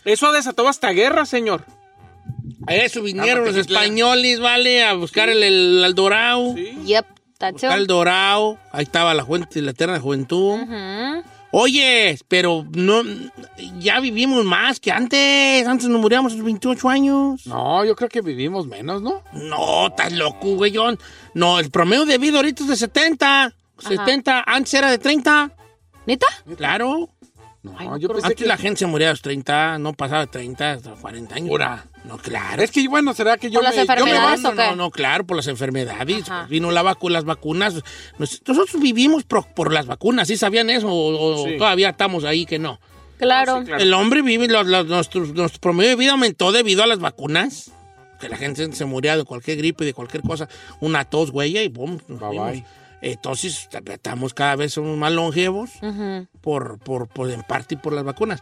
[SPEAKER 4] Eso ha desatado hasta guerra, señor.
[SPEAKER 1] A eso vinieron los españoles, ¿vale? A buscar el, el Aldorao.
[SPEAKER 2] Yep, that's it.
[SPEAKER 1] Buscar el Dorao. Ahí estaba la, fuente, la eterna juventud.
[SPEAKER 2] Ujú.
[SPEAKER 1] Oye, pero no, ya vivimos más que antes. Antes nos moríamos a los 28 años.
[SPEAKER 5] No, yo creo que vivimos menos, ¿no?
[SPEAKER 1] No, estás loco, güey. Yo- No, el promedio de vida ahorita es de 70. 70. Antes era de 30.
[SPEAKER 2] ¿Neta?
[SPEAKER 1] Claro.
[SPEAKER 5] No,
[SPEAKER 1] yo
[SPEAKER 5] pensé
[SPEAKER 1] Antes
[SPEAKER 5] que-
[SPEAKER 1] la gente se moría a los 30. No pasaba de 30 hasta 40 años.
[SPEAKER 5] Ahora.
[SPEAKER 1] No, claro.
[SPEAKER 5] Es que, bueno, ¿será que yo
[SPEAKER 2] ¿Por las
[SPEAKER 5] me- yo me
[SPEAKER 2] enfermedades
[SPEAKER 5] baso-
[SPEAKER 2] o
[SPEAKER 1] No,
[SPEAKER 2] qué?
[SPEAKER 1] no, claro, por las enfermedades.
[SPEAKER 2] Ajá.
[SPEAKER 1] Vino la vacu las vacunas. Nos- Nosotros vivimos pro- por, las vacunas, ¿sí sabían eso? ¿O, o
[SPEAKER 4] Sí.
[SPEAKER 1] todavía estamos ahí que no?
[SPEAKER 2] Claro.
[SPEAKER 1] El hombre vive, los- los- nuestro, nuestro promedio de vida aumentó debido a las vacunas. Que la gente se moría de cualquier gripe, de cualquier cosa. Una tos, güey, y boom, nos
[SPEAKER 5] Bye,
[SPEAKER 1] fuimos.
[SPEAKER 5] bye.
[SPEAKER 1] Entonces, estamos cada vez somos más longevos
[SPEAKER 2] Ujú.
[SPEAKER 1] por, por, por, en parte por las vacunas.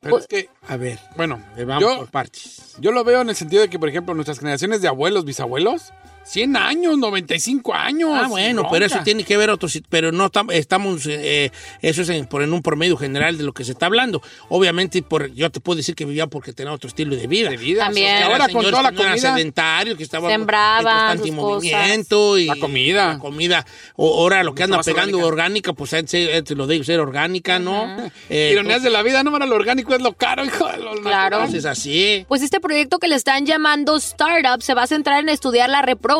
[SPEAKER 5] Pero es que,
[SPEAKER 1] A ver,
[SPEAKER 5] bueno,
[SPEAKER 1] eh, vamos
[SPEAKER 5] yo,
[SPEAKER 1] por partes.
[SPEAKER 5] yo lo veo en el sentido de que, por ejemplo, nuestras generaciones de abuelos, bisabuelos, 100 años, 95 años.
[SPEAKER 1] Ah, bueno, pero eso
[SPEAKER 5] bronca.
[SPEAKER 1] tiene que ver otro, sit- pero no tam- estamos, eh, eso es en, por- en un promedio general de lo que se está hablando. Obviamente, por, yo te puedo decir que vivía porque tenía otro estilo de vida.
[SPEAKER 2] También.
[SPEAKER 1] Que
[SPEAKER 5] Ahora
[SPEAKER 1] ahora
[SPEAKER 5] con toda la comida.
[SPEAKER 1] sedentario, que estaba
[SPEAKER 2] Sembraban sus
[SPEAKER 1] movimiento y
[SPEAKER 5] La comida.
[SPEAKER 1] la comida. O- ahora lo que anda
[SPEAKER 5] más
[SPEAKER 1] pegando
[SPEAKER 5] orgánica.
[SPEAKER 1] orgánica, pues eh, se- eh, te lo digo, ser orgánica, ¿no? Eh,
[SPEAKER 5] Ironías de la vida, no, mano, lo orgánico es lo caro, hijo de lo
[SPEAKER 2] Claro.
[SPEAKER 5] natural.
[SPEAKER 1] entonces, así.
[SPEAKER 2] Pues este proyecto que le están llamando Startup se va a centrar en estudiar la reprogramación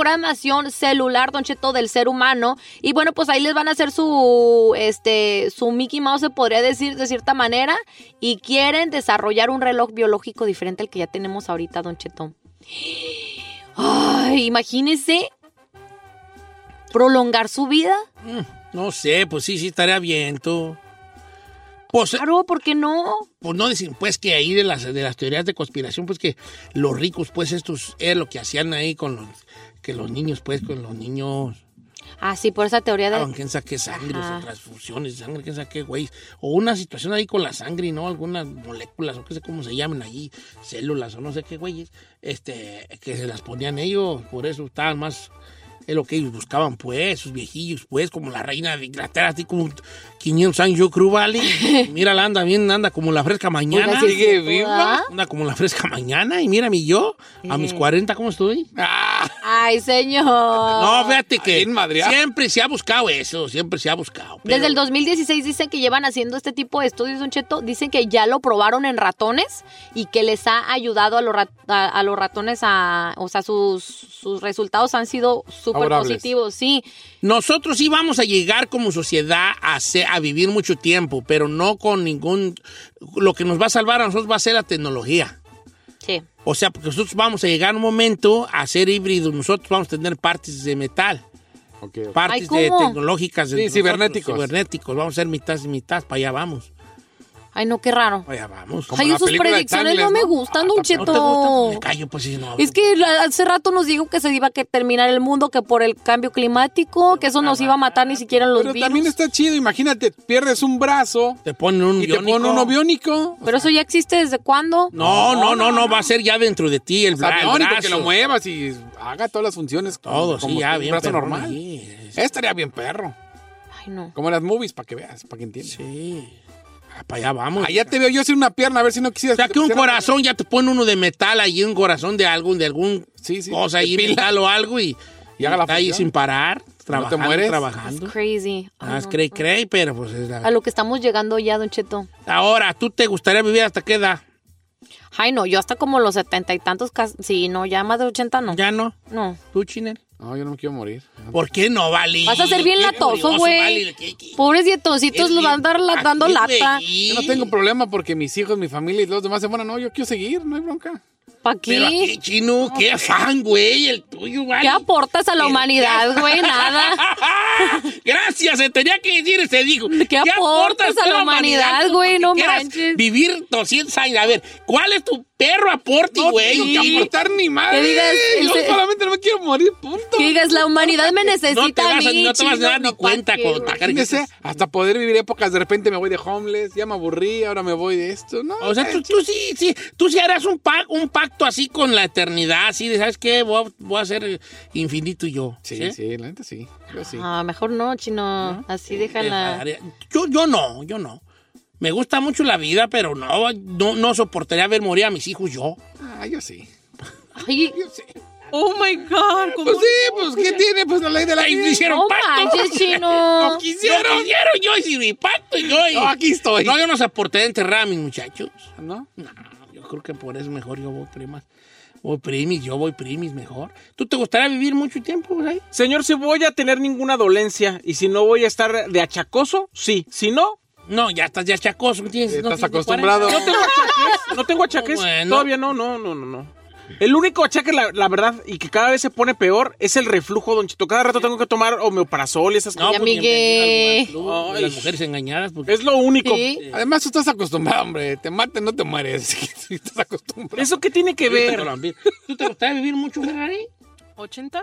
[SPEAKER 2] celular, don Cheto, del ser humano. Y bueno, pues ahí les van a hacer su, este, su Mickey Mouse, se podría decir de cierta manera. Y quieren desarrollar un reloj biológico diferente al que ya tenemos ahorita, don Cheto. Ay, imagínense prolongar su vida.
[SPEAKER 1] Mm, No sé, pues sí, sí estaría bien, tú. Pues,
[SPEAKER 2] Claro, ¿por qué no?
[SPEAKER 1] pues no decir, pues que ahí de las, de las teorías de conspiración, pues que los ricos, pues estos, es lo que hacían ahí con los, que los niños, pues con los niños,
[SPEAKER 2] Ah, sí, por esa teoría
[SPEAKER 1] daban
[SPEAKER 2] de...
[SPEAKER 1] quién sabe qué sangre, o
[SPEAKER 2] Ajá.
[SPEAKER 1] sea, transfusiones de sangre, quién sabe qué, güey, o una situación ahí con la sangre, ¿no? Algunas moléculas, o qué sé cómo se llaman allí, células, o no sé qué, güeyes, este, que se las ponían ellos, por eso estaban más... Es lo que ellos buscaban, pues, sus viejillos, pues, como la reina de Inglaterra, así como 500 años, yo creo, vale. Mírala, anda bien, anda como la fresca mañana.
[SPEAKER 2] Oiga, sí es
[SPEAKER 5] sigue
[SPEAKER 2] cierto,
[SPEAKER 5] viva.
[SPEAKER 2] ¿verdad?
[SPEAKER 1] Anda como la fresca mañana y mírame yo, a mis
[SPEAKER 2] Eh.
[SPEAKER 1] 40, ¿cómo estoy? Ah,
[SPEAKER 2] Ay, señor. Ah.
[SPEAKER 1] No, fíjate que
[SPEAKER 5] Bien madreado.
[SPEAKER 1] siempre se ha buscado eso, siempre se ha buscado. pero-
[SPEAKER 2] Desde el 2016 dicen que llevan haciendo este tipo de estudios, Don Cheto. Dicen que ya lo probaron en ratones y que les ha ayudado a los, rat- a, a los ratones a. O sea, sus, sus resultados han sido súper
[SPEAKER 5] Favorables.
[SPEAKER 2] positivos, sí.
[SPEAKER 1] Nosotros sí vamos a llegar como sociedad a, se- a vivir mucho tiempo, pero no con ningún... Lo que nos va a salvar a nosotros va a ser la tecnología.
[SPEAKER 2] Sí.
[SPEAKER 1] O sea, porque nosotros vamos a llegar a un momento a ser híbridos. Nosotros vamos a tener partes de metal,
[SPEAKER 5] Ok, ok.
[SPEAKER 1] partes
[SPEAKER 2] Ay,
[SPEAKER 1] de
[SPEAKER 2] ¿cómo?
[SPEAKER 1] tecnológicas.
[SPEAKER 5] Sí,
[SPEAKER 1] entre nosotros,
[SPEAKER 5] cibernéticos.
[SPEAKER 1] Cibernéticos. Vamos a ser mitad y mitad, para allá vamos.
[SPEAKER 2] Ay, no, qué raro.
[SPEAKER 1] Para allá vamos.
[SPEAKER 5] Como
[SPEAKER 2] Ay,
[SPEAKER 5] la
[SPEAKER 2] sus
[SPEAKER 5] película de
[SPEAKER 2] predicciones no
[SPEAKER 5] Timeless,
[SPEAKER 2] me
[SPEAKER 5] ¿no?
[SPEAKER 2] gustan, Don
[SPEAKER 1] ¿No te gusta? Me
[SPEAKER 2] Cheto.
[SPEAKER 1] callo, pues sí, no.
[SPEAKER 2] Es que la- hace rato nos dijo que se iba a que- terminar el mundo, que por el cambio climático, que eso nos iba a matar ni siquiera los
[SPEAKER 5] Pero
[SPEAKER 2] virus.
[SPEAKER 5] también está chido, imagínate, pierdes un brazo
[SPEAKER 1] Te ponen un
[SPEAKER 5] y te ponen uno biónico.
[SPEAKER 2] Pero eso ya existe desde cuándo?
[SPEAKER 1] No, no, no, no, va a ser ya dentro de ti el,
[SPEAKER 5] O sea,
[SPEAKER 1] bra- Ah, el
[SPEAKER 5] biónico,
[SPEAKER 1] brazo.
[SPEAKER 5] que lo muevas y haga todas las funciones. como-
[SPEAKER 1] Todo, sí,
[SPEAKER 5] como
[SPEAKER 1] ya,
[SPEAKER 5] un
[SPEAKER 1] bien.
[SPEAKER 5] brazo
[SPEAKER 1] perrón,
[SPEAKER 5] normal.
[SPEAKER 1] sí,
[SPEAKER 5] Estaría bien perro.
[SPEAKER 2] Ay, no.
[SPEAKER 5] Como en las movies, para que veas, para que entiendas.
[SPEAKER 1] Sí. Ah, para allá vamos.
[SPEAKER 5] Allá te veo yo sin una pierna, a ver si no
[SPEAKER 1] O
[SPEAKER 5] quisieras.
[SPEAKER 1] sea, que un
[SPEAKER 5] te pusieran-
[SPEAKER 1] corazón ya te pone uno de metal ahí, un corazón de algún, de algún
[SPEAKER 5] Sí, sí.
[SPEAKER 1] cosa ahí,
[SPEAKER 5] de pila.
[SPEAKER 1] metal o algo y,
[SPEAKER 5] Y haga la
[SPEAKER 1] está ahí
[SPEAKER 5] función.
[SPEAKER 1] sin parar, trabajando,
[SPEAKER 5] mueres.
[SPEAKER 1] trabajando.
[SPEAKER 2] Crazy. Ay,
[SPEAKER 1] Más
[SPEAKER 2] no.
[SPEAKER 1] crey, crey, pero pues es la...
[SPEAKER 2] A lo que estamos llegando ya, Don Cheto.
[SPEAKER 1] Ahora, ¿tú te gustaría vivir hasta qué edad?
[SPEAKER 2] Ay, no, yo hasta como los setenta y tantos, cas- sí, no, ya más de ochenta no.
[SPEAKER 1] ¿Ya no?
[SPEAKER 2] No.
[SPEAKER 1] ¿Tú, Chinel?
[SPEAKER 5] No, yo no me quiero morir.
[SPEAKER 1] ¿Por qué no, Vali?
[SPEAKER 2] Vas a ser bien
[SPEAKER 1] Qué
[SPEAKER 2] latoso,
[SPEAKER 1] curioso,
[SPEAKER 2] güey.
[SPEAKER 1] Vali, ¿qué- qué-
[SPEAKER 2] Pobres dietoncitos
[SPEAKER 1] Es
[SPEAKER 2] los van a dar la-
[SPEAKER 1] bien-
[SPEAKER 2] dando
[SPEAKER 1] así,
[SPEAKER 2] lata.
[SPEAKER 1] güey.
[SPEAKER 5] Yo no tengo problema porque mis hijos, mi familia y los demás se bueno, no, yo quiero seguir, no hay bronca.
[SPEAKER 2] ¿Para qué?
[SPEAKER 1] Pero aquí, chino, qué afán, güey, el tuyo, güey.
[SPEAKER 2] ¿Qué aportas a la humanidad, güey? Nada.
[SPEAKER 1] Gracias, se tenía que decir, se dijo. ¿Qué,
[SPEAKER 2] aportas a la humanidad, güey? No
[SPEAKER 1] quieras
[SPEAKER 2] manches.
[SPEAKER 1] Vivir 200 años. A ver, ¿cuál es tu perro aporte,
[SPEAKER 5] No
[SPEAKER 1] güey?
[SPEAKER 5] tengo que aportar ni madre.
[SPEAKER 2] Que digas, el
[SPEAKER 5] Yo
[SPEAKER 2] se-
[SPEAKER 5] solamente no me quiero morir, punto.
[SPEAKER 2] Que digas, la humanidad me necesita
[SPEAKER 1] No te vas a-
[SPEAKER 2] a mí.
[SPEAKER 1] no te vas a
[SPEAKER 2] chino,
[SPEAKER 1] dar ni
[SPEAKER 2] ¿pa'
[SPEAKER 1] cuenta
[SPEAKER 2] qué,
[SPEAKER 1] con-
[SPEAKER 2] güey?
[SPEAKER 1] pa' qué
[SPEAKER 5] Imagínese, hasta poder vivir épocas, de repente me voy de homeless, ya me aburrí, ahora me voy de esto, ¿no?
[SPEAKER 1] O sea, tú, tú sí, sí, tú sí harás un, pa- un pacto así con la eternidad, así de, ¿sabes qué? Voy a, voy a ser infinito yo.
[SPEAKER 5] Sí,
[SPEAKER 1] ¿sí?
[SPEAKER 5] sí, la neta sí. Yo sí.
[SPEAKER 2] Ah, mejor no, chino. Así déjala.
[SPEAKER 1] Eh, Yo, yo no, yo no. Me gusta mucho la vida, pero no, no, no soportaría ver morir a mis hijos yo.
[SPEAKER 5] Ah, yo sí.
[SPEAKER 2] Ay.
[SPEAKER 1] Pues
[SPEAKER 6] Oh my God. ¿cómo
[SPEAKER 5] Pues sí, pues ¿qué tiene? Pues la ley de la
[SPEAKER 1] Ay,
[SPEAKER 5] vida.
[SPEAKER 1] hicieron
[SPEAKER 2] No
[SPEAKER 1] pacto.
[SPEAKER 2] manches, chino.
[SPEAKER 1] No quisieron. No quisieron yo hice mi pacto yo. y-
[SPEAKER 5] No, aquí estoy.
[SPEAKER 1] No, yo no soportaría enterrar a mis muchachos. Ah,
[SPEAKER 5] ¿No?
[SPEAKER 1] Yo creo que por eso mejor yo voy primas. Voy primis, yo voy primis mejor. ¿Tú te gustaría vivir mucho tiempo, güey?
[SPEAKER 4] Señor, si voy a tener ninguna dolencia y si no voy a estar de achacoso, sí. Si no,
[SPEAKER 1] No, ya estás ya chacoso. Tienes, no
[SPEAKER 5] Estás
[SPEAKER 1] tienes
[SPEAKER 5] acostumbrado.
[SPEAKER 1] 40.
[SPEAKER 4] no tengo achaques. No tengo achaques.
[SPEAKER 1] Bueno.
[SPEAKER 4] Todavía no, no, no, no, no. El único achaque, la, la verdad, y que cada vez se pone peor, es el reflujo, don Chito. Cada rato tengo que tomar homeoparasol y esas
[SPEAKER 1] No,
[SPEAKER 4] cosas.
[SPEAKER 2] Ya,
[SPEAKER 1] pues,
[SPEAKER 2] Miguel.
[SPEAKER 1] bienvenido al Guadalupe,
[SPEAKER 4] Ay.
[SPEAKER 1] Las mujeres engañadas. Porque...
[SPEAKER 4] Es lo único.
[SPEAKER 2] Sí.
[SPEAKER 5] Además, tú estás acostumbrado, hombre. Te maten, no te mueres. estás acostumbrado.
[SPEAKER 4] ¿Eso qué tiene que ver?
[SPEAKER 1] ¿Tú te gustaría vivir mucho, Ferrari?
[SPEAKER 6] ¿80?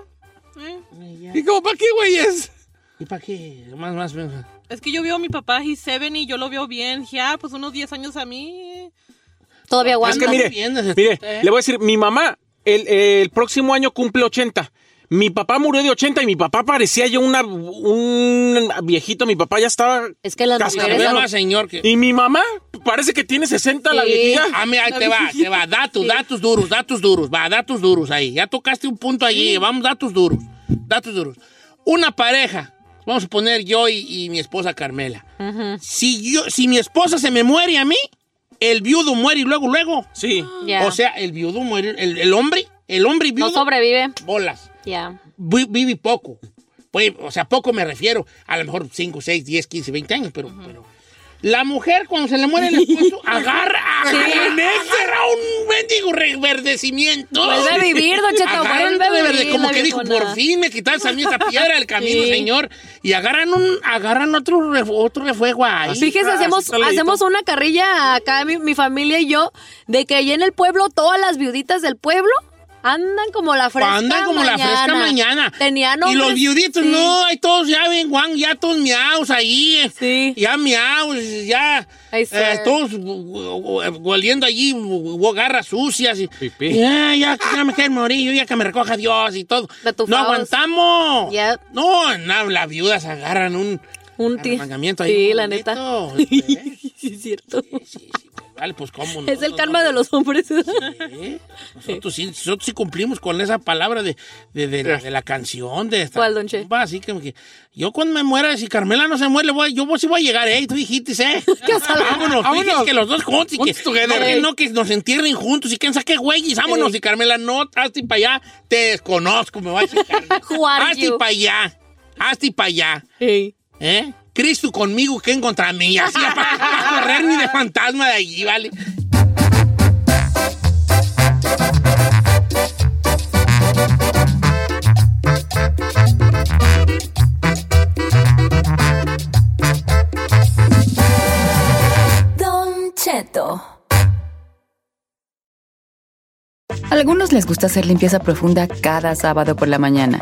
[SPEAKER 6] Eh,
[SPEAKER 5] ¿Y como para qué, güey, es?
[SPEAKER 1] ¿Y para qué? Más, más, más.
[SPEAKER 6] Es que yo veo a mi papá, he's 70, y yo lo veo bien. Dije, ah, pues unos 10 años a mí.
[SPEAKER 2] Todavía
[SPEAKER 4] Es
[SPEAKER 2] aguanta.
[SPEAKER 4] que mire,
[SPEAKER 1] bien, desde-
[SPEAKER 4] mire,
[SPEAKER 1] eh.
[SPEAKER 4] le voy a decir, mi mamá el, el próximo año cumple 80. Mi papá murió de 80 y mi papá parecía ya una, un viejito. Mi papá ya estaba...
[SPEAKER 2] Es que las
[SPEAKER 1] Pero
[SPEAKER 4] Cascabel,
[SPEAKER 2] mujeres.
[SPEAKER 1] es
[SPEAKER 4] no.
[SPEAKER 1] más, señor, que...
[SPEAKER 4] Y mi mamá parece que tiene 60 la
[SPEAKER 2] Sí.
[SPEAKER 4] viejita.
[SPEAKER 1] Ah, mira, ahí te va, te va. Datos, datos duros, datos duros. Va, datos duros ahí. Ya tocaste un punto allí. Vamos, datos duros. Datos duros. Una pareja. Vamos a poner yo y, y mi esposa Carmela. si, yo, si mi esposa se me muere a mí, el viudo muere y luego, luego.
[SPEAKER 4] Sí.
[SPEAKER 2] Ya.
[SPEAKER 1] O sea, el viudo muere. El, el hombre, el hombre
[SPEAKER 2] no
[SPEAKER 1] viudo.
[SPEAKER 2] sobrevive.
[SPEAKER 1] Bolas.
[SPEAKER 2] Ya.
[SPEAKER 1] Vi- Vive poco. Pues, o sea, poco me refiero. A lo mejor 5, 6, 10, 15, 20 años, pero. pero la mujer, cuando se le muere el esposo, agarra, agarra, agarra un mendigo reverdecimiento.
[SPEAKER 2] Vuelve a vivir, Don Cheto,
[SPEAKER 1] Agarra un
[SPEAKER 2] vuelve a
[SPEAKER 1] reverde-
[SPEAKER 2] vivir
[SPEAKER 1] Como
[SPEAKER 2] la
[SPEAKER 1] que dijo,
[SPEAKER 2] viejona.
[SPEAKER 1] por fin me quitas a mí esa piedra del camino,
[SPEAKER 2] Sí.
[SPEAKER 1] señor. Y agarran un, agarran otro, ref- otro refuego ahí.
[SPEAKER 2] Fíjese, hacemos,
[SPEAKER 4] está el dedito.
[SPEAKER 2] hacemos una carrilla acá, mi, mi familia y yo, de que allá en el pueblo, todas las viuditas del pueblo andan como la fresca
[SPEAKER 1] Andan como la fresca mañana.
[SPEAKER 2] Tenían
[SPEAKER 1] Y los
[SPEAKER 2] hombres-
[SPEAKER 1] viuditos,
[SPEAKER 2] sí.
[SPEAKER 1] no, ahí todos ya ven, Juan, ya todos miaos ahí. este,
[SPEAKER 2] Sí.
[SPEAKER 1] Ya miaos, ya.
[SPEAKER 2] Ay, sir.
[SPEAKER 1] eh, todos volviendo eh, allí, gu- gu- garras sucias. Y,
[SPEAKER 5] Pipí.
[SPEAKER 1] Ya, ya, que ya me quieren morir, yo ya que me recoja Dios y todo.
[SPEAKER 2] Retufados.
[SPEAKER 1] No aguantamos.
[SPEAKER 2] Ya.
[SPEAKER 1] No, na- las viudas agarran un
[SPEAKER 2] Un ti-
[SPEAKER 1] arremangamiento ahí.
[SPEAKER 2] Sí, la
[SPEAKER 1] bonito,
[SPEAKER 2] neta.
[SPEAKER 1] ¿eh?
[SPEAKER 2] Sí, es cierto.
[SPEAKER 1] Sí, sí, Vale, pues cómo no.
[SPEAKER 2] Es el
[SPEAKER 1] no,
[SPEAKER 2] karma
[SPEAKER 1] no.
[SPEAKER 2] de los hombres.
[SPEAKER 1] ¿Eh? Nosotros sí, nosotros sí cumplimos con esa palabra de, de- de la, de la canción de esta
[SPEAKER 2] ¿Cuál, don Che?
[SPEAKER 1] Va, así que, que yo cuando me muera, si Carmela no se muere, voy, yo sí voy a llegar, ¿eh? Tú dijiste, ¿eh? vámonos, tú dijiste
[SPEAKER 5] Vámonos.
[SPEAKER 1] que los dos juntos. Y que,
[SPEAKER 5] Juntos together.
[SPEAKER 1] no, que no, que nos entierren juntos y quién sabe qué güeyes, vámonos. Y Carmela, no, hazte para allá, te desconozco, me va a decir. Carmela.
[SPEAKER 2] Who are
[SPEAKER 1] hazte
[SPEAKER 2] you?
[SPEAKER 1] para allá, hazte para allá,
[SPEAKER 2] Ey.
[SPEAKER 1] ¿eh? Cristo conmigo, ¿quién contra mí? Así, para correr ni de fantasma de allí, ¿vale?
[SPEAKER 11] Don Cheto.
[SPEAKER 12] A algunos les gusta hacer limpieza profunda cada sábado por la mañana.